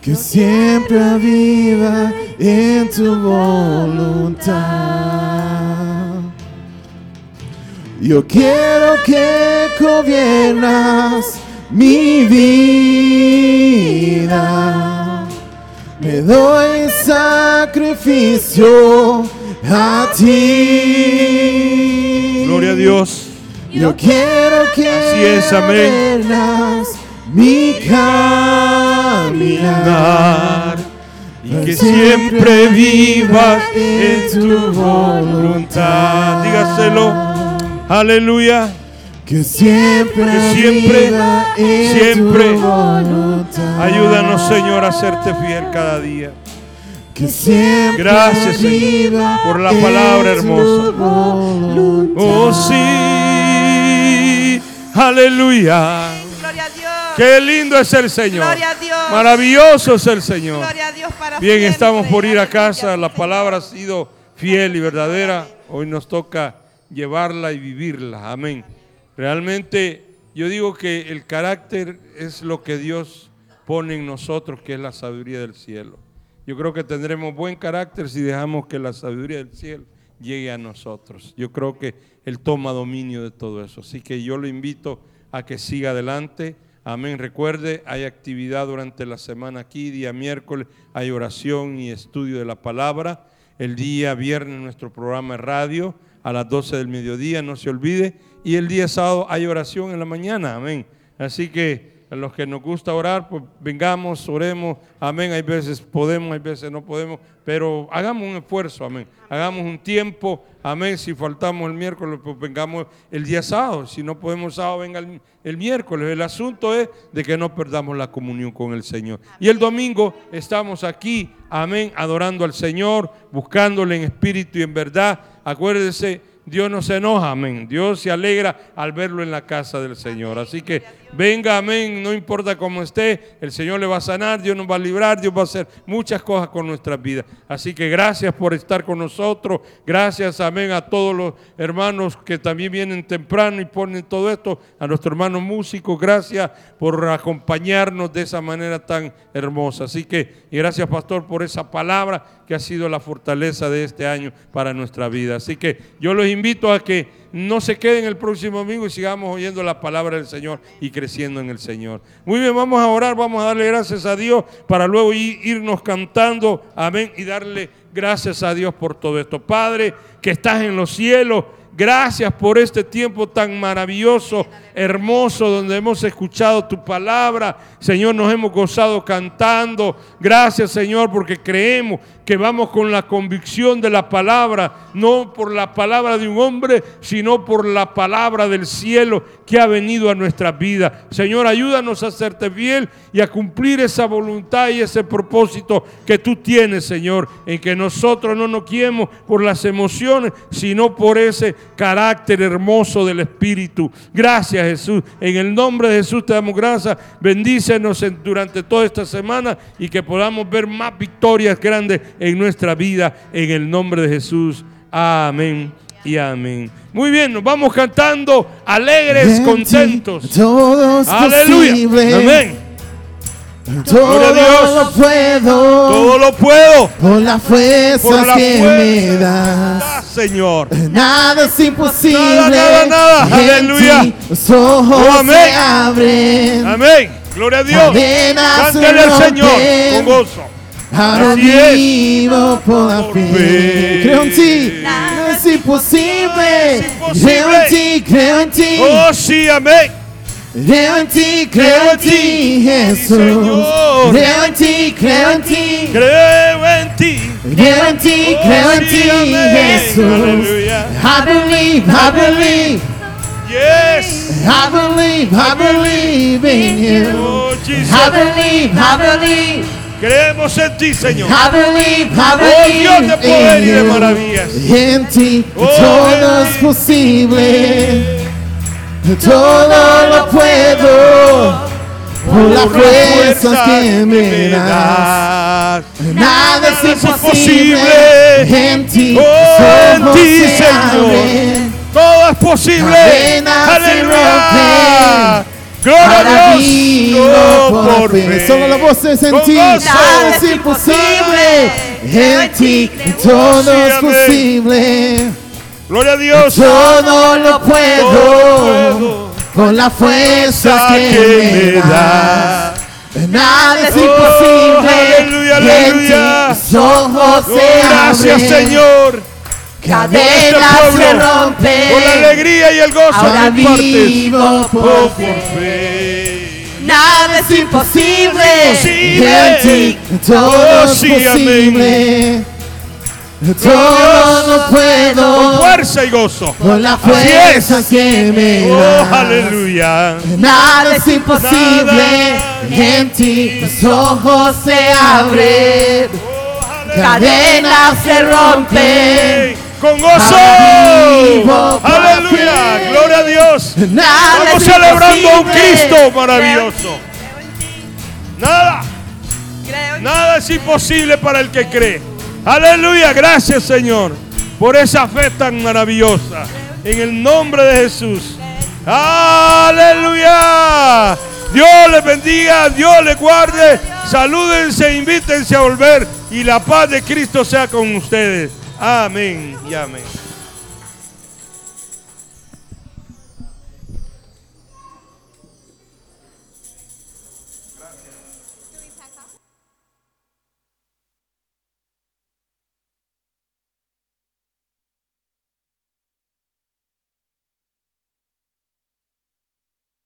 C: que siempre viva en tu voluntad. Yo quiero que gobiernas mi vida. Me doy en sacrificio a ti.
E: Gloria a Dios.
C: Yo quiero que
E: Así es, amén.
C: ordenas mi caminar
E: Y que siempre vivas en tu voluntad. Dígaselo. Aleluya.
C: que siempre
E: Que siempre,
C: viva en
E: siempre.
C: tu voluntad
E: Ayúdanos, Señor, a serte fiel cada día.
C: que siempre
E: Gracias, Señor,
C: viva
E: por la
C: en
E: palabra
C: tu
E: hermosa.
C: voluntad.
E: Oh, sí. Aleluya.
D: Gloria a Dios.
E: Qué lindo es el Señor.
D: Gloria a Dios.
E: Maravilloso es el Señor.
D: Gloria a Dios para
E: Bien,
D: siempre.
E: estamos por ir a
D: Aleluya,
E: casa. La
D: Señor.
E: palabra ha sido fiel y verdadera. Hoy nos toca llevarla y vivirla. Amén. Realmente yo digo que el carácter es lo que Dios pone en nosotros, que es la sabiduría del cielo. Yo creo que tendremos buen carácter si dejamos que la sabiduría del cielo llegue a nosotros. Yo creo que Él toma dominio de todo eso. Así que yo lo invito a que siga adelante. Amén. Recuerde, hay actividad durante la semana aquí, día miércoles, hay oración y estudio de la palabra. El día viernes nuestro programa de radio a las 12 del mediodía, no se olvide. Y el día sábado hay oración en la mañana, amén. Así que a los que nos gusta orar, pues vengamos, oremos, amén. Hay veces podemos, hay veces no podemos, pero hagamos un esfuerzo, amén. Hagamos un tiempo, amén. Si faltamos el miércoles, pues vengamos el día sábado. Si no podemos sábado, venga el, el miércoles. El asunto es de que no perdamos la comunión con el Señor. Y el domingo estamos aquí, amén, adorando al Señor, buscándole en espíritu y en verdad. Acuérdese, Dios no se enoja, amén. Dios se alegra al verlo en la casa del Señor. Así que venga, amén, no importa cómo esté, el Señor le va a sanar, Dios nos va a librar, Dios va a hacer muchas cosas con nuestras vidas. Así que gracias por estar con nosotros, gracias, amén, a todos los hermanos que también vienen temprano y ponen todo esto, a nuestro hermano músico, gracias por acompañarnos de esa manera tan hermosa. Así que, y gracias, pastor, por esa palabra que ha sido la fortaleza de este año para nuestra vida. Así que yo los invito a que no se queden el próximo domingo y sigamos oyendo la palabra del Señor y creciendo en el Señor. Muy bien, vamos a orar, vamos a darle gracias a Dios para luego i- irnos cantando, amén, y darle gracias a Dios por todo esto. Padre, que estás en los cielos. Gracias por este tiempo tan maravilloso, hermoso, donde hemos escuchado tu palabra. Señor, nos hemos gozado cantando. Gracias, Señor, porque creemos que vamos con la convicción de la palabra, no por la palabra de un hombre, sino por la palabra del cielo que ha venido a nuestra vida. Señor, ayúdanos a serte fiel y a cumplir esa voluntad y ese propósito que tú tienes, Señor, en que nosotros no nos guiemos por las emociones, sino por ese carácter hermoso del Espíritu. Gracias, Jesús. En el nombre de Jesús te damos gracias. Bendícenos en- durante toda esta semana y que podamos ver más victorias grandes en nuestra vida. En el nombre de Jesús. Amén y amén. Muy bien, nos vamos cantando alegres,
C: En ti
E: contentos.
C: Todo es
E: Aleluya.
C: posible.
E: Amén. Gloria a
C: Todo
E: Dios.
C: lo puedo.
E: Todo lo puedo
C: Por las fuerzas
E: por la
C: que
E: fuerza
C: me das.
E: Señor.
C: Nada es imposible.
E: Nada, nada, nada.
C: En
E: Aleluya.
C: ti Los ojos
E: Oh, amén.
C: se abren.
E: Amén. Gloria a Dios.
C: Cadenas se
E: Cántale al Señor con
C: rompen.
E: gozo.
C: Ahora
E: Así es.
C: vivo por la
E: Por fe.
C: fe. Creo en ti. Nada es imposible.
E: imposible.
C: Creo en ti, creo en ti.
E: Oh, sí, amén.
C: Creo en ti, creo en ti, Jesús.
E: Señor.
C: Creo en ti, creo en ti.
E: Creo en ti.
C: Creo en ti,
E: Oh,
C: creo en
E: sí,
C: ti,
E: amén.
C: Jesús.
E: Aleluya.
C: I believe, I believe,
E: Yes.
C: I believe, I believe in you.
E: Oh, Jesus.
C: I believe, I believe,
E: Creemos en ti, Señor.
C: I believe, I
E: Oh, Dios de poder y de
C: believe
E: maravillas.
C: in you. En ti
E: Oh,
C: todo
E: en
C: es
E: ti.
C: posible, todo lo puedo por las
E: Por la fuerza
C: fuerzas que me das. Nada es imposible en ti,
E: Oh, en
C: somos
E: ti,
C: se
E: Señor.
C: abren.
E: Todo es posible.
C: Cadenas se
E: Aleluya.
C: rompen.
E: Gloria
C: Ahora
E: a Dios.
C: vivo
E: No
C: por fe. Solo la voz es en
E: Con
C: ti.
E: gozo.
C: Nada es imposible en ti. Todo es
E: amén.
C: posible.
E: Gloria a Dios.
C: Todo lo puedo
E: puedo.
C: con las fuerzas que me das. Nada es
E: Oh,
C: imposible.
E: aleluya, aleluya.
C: En ti mis ojos
E: Oh,
C: se
E: gracias,
C: abren.
E: Señor.
C: Cadenas se
E: Este pueblo, Con la
C: rompen.
E: alegría y el gozo
C: Ahora
E: que impartes.
C: vivo
E: Oh,
C: por
E: por
C: fe.
E: fe.
C: Nada es imposible.
E: Imposible.
C: En ti todo es
E: Oh, sí, amén.
C: posible. Todo
E: Dios.
C: lo
E: Con
C: puedo
E: fuerza y gozo.
C: con la
E: Así es.
C: fuerza que me
E: Oh,
C: da.
E: aleluya.
C: Nada es imposible. En ti mis ojos se abren.
E: Oh, aleluya.
C: Cadenas se rompen.
E: Con gozo.
C: Ahora vivo por fe.
E: Aleluya. Gloria a Dios.
C: Nada
E: Estamos
C: es
E: celebrando a un
C: imposible.
E: Cristo maravilloso. Nada,
D: Creo en
E: nada es imposible para el que cree. Aleluya, gracias Señor por esa fe tan maravillosa. En el nombre de Jesús. Aleluya. Dios les bendiga, Dios les guarde. Salúdense, invítense a volver y la paz de Cristo sea con ustedes. Amén y amén.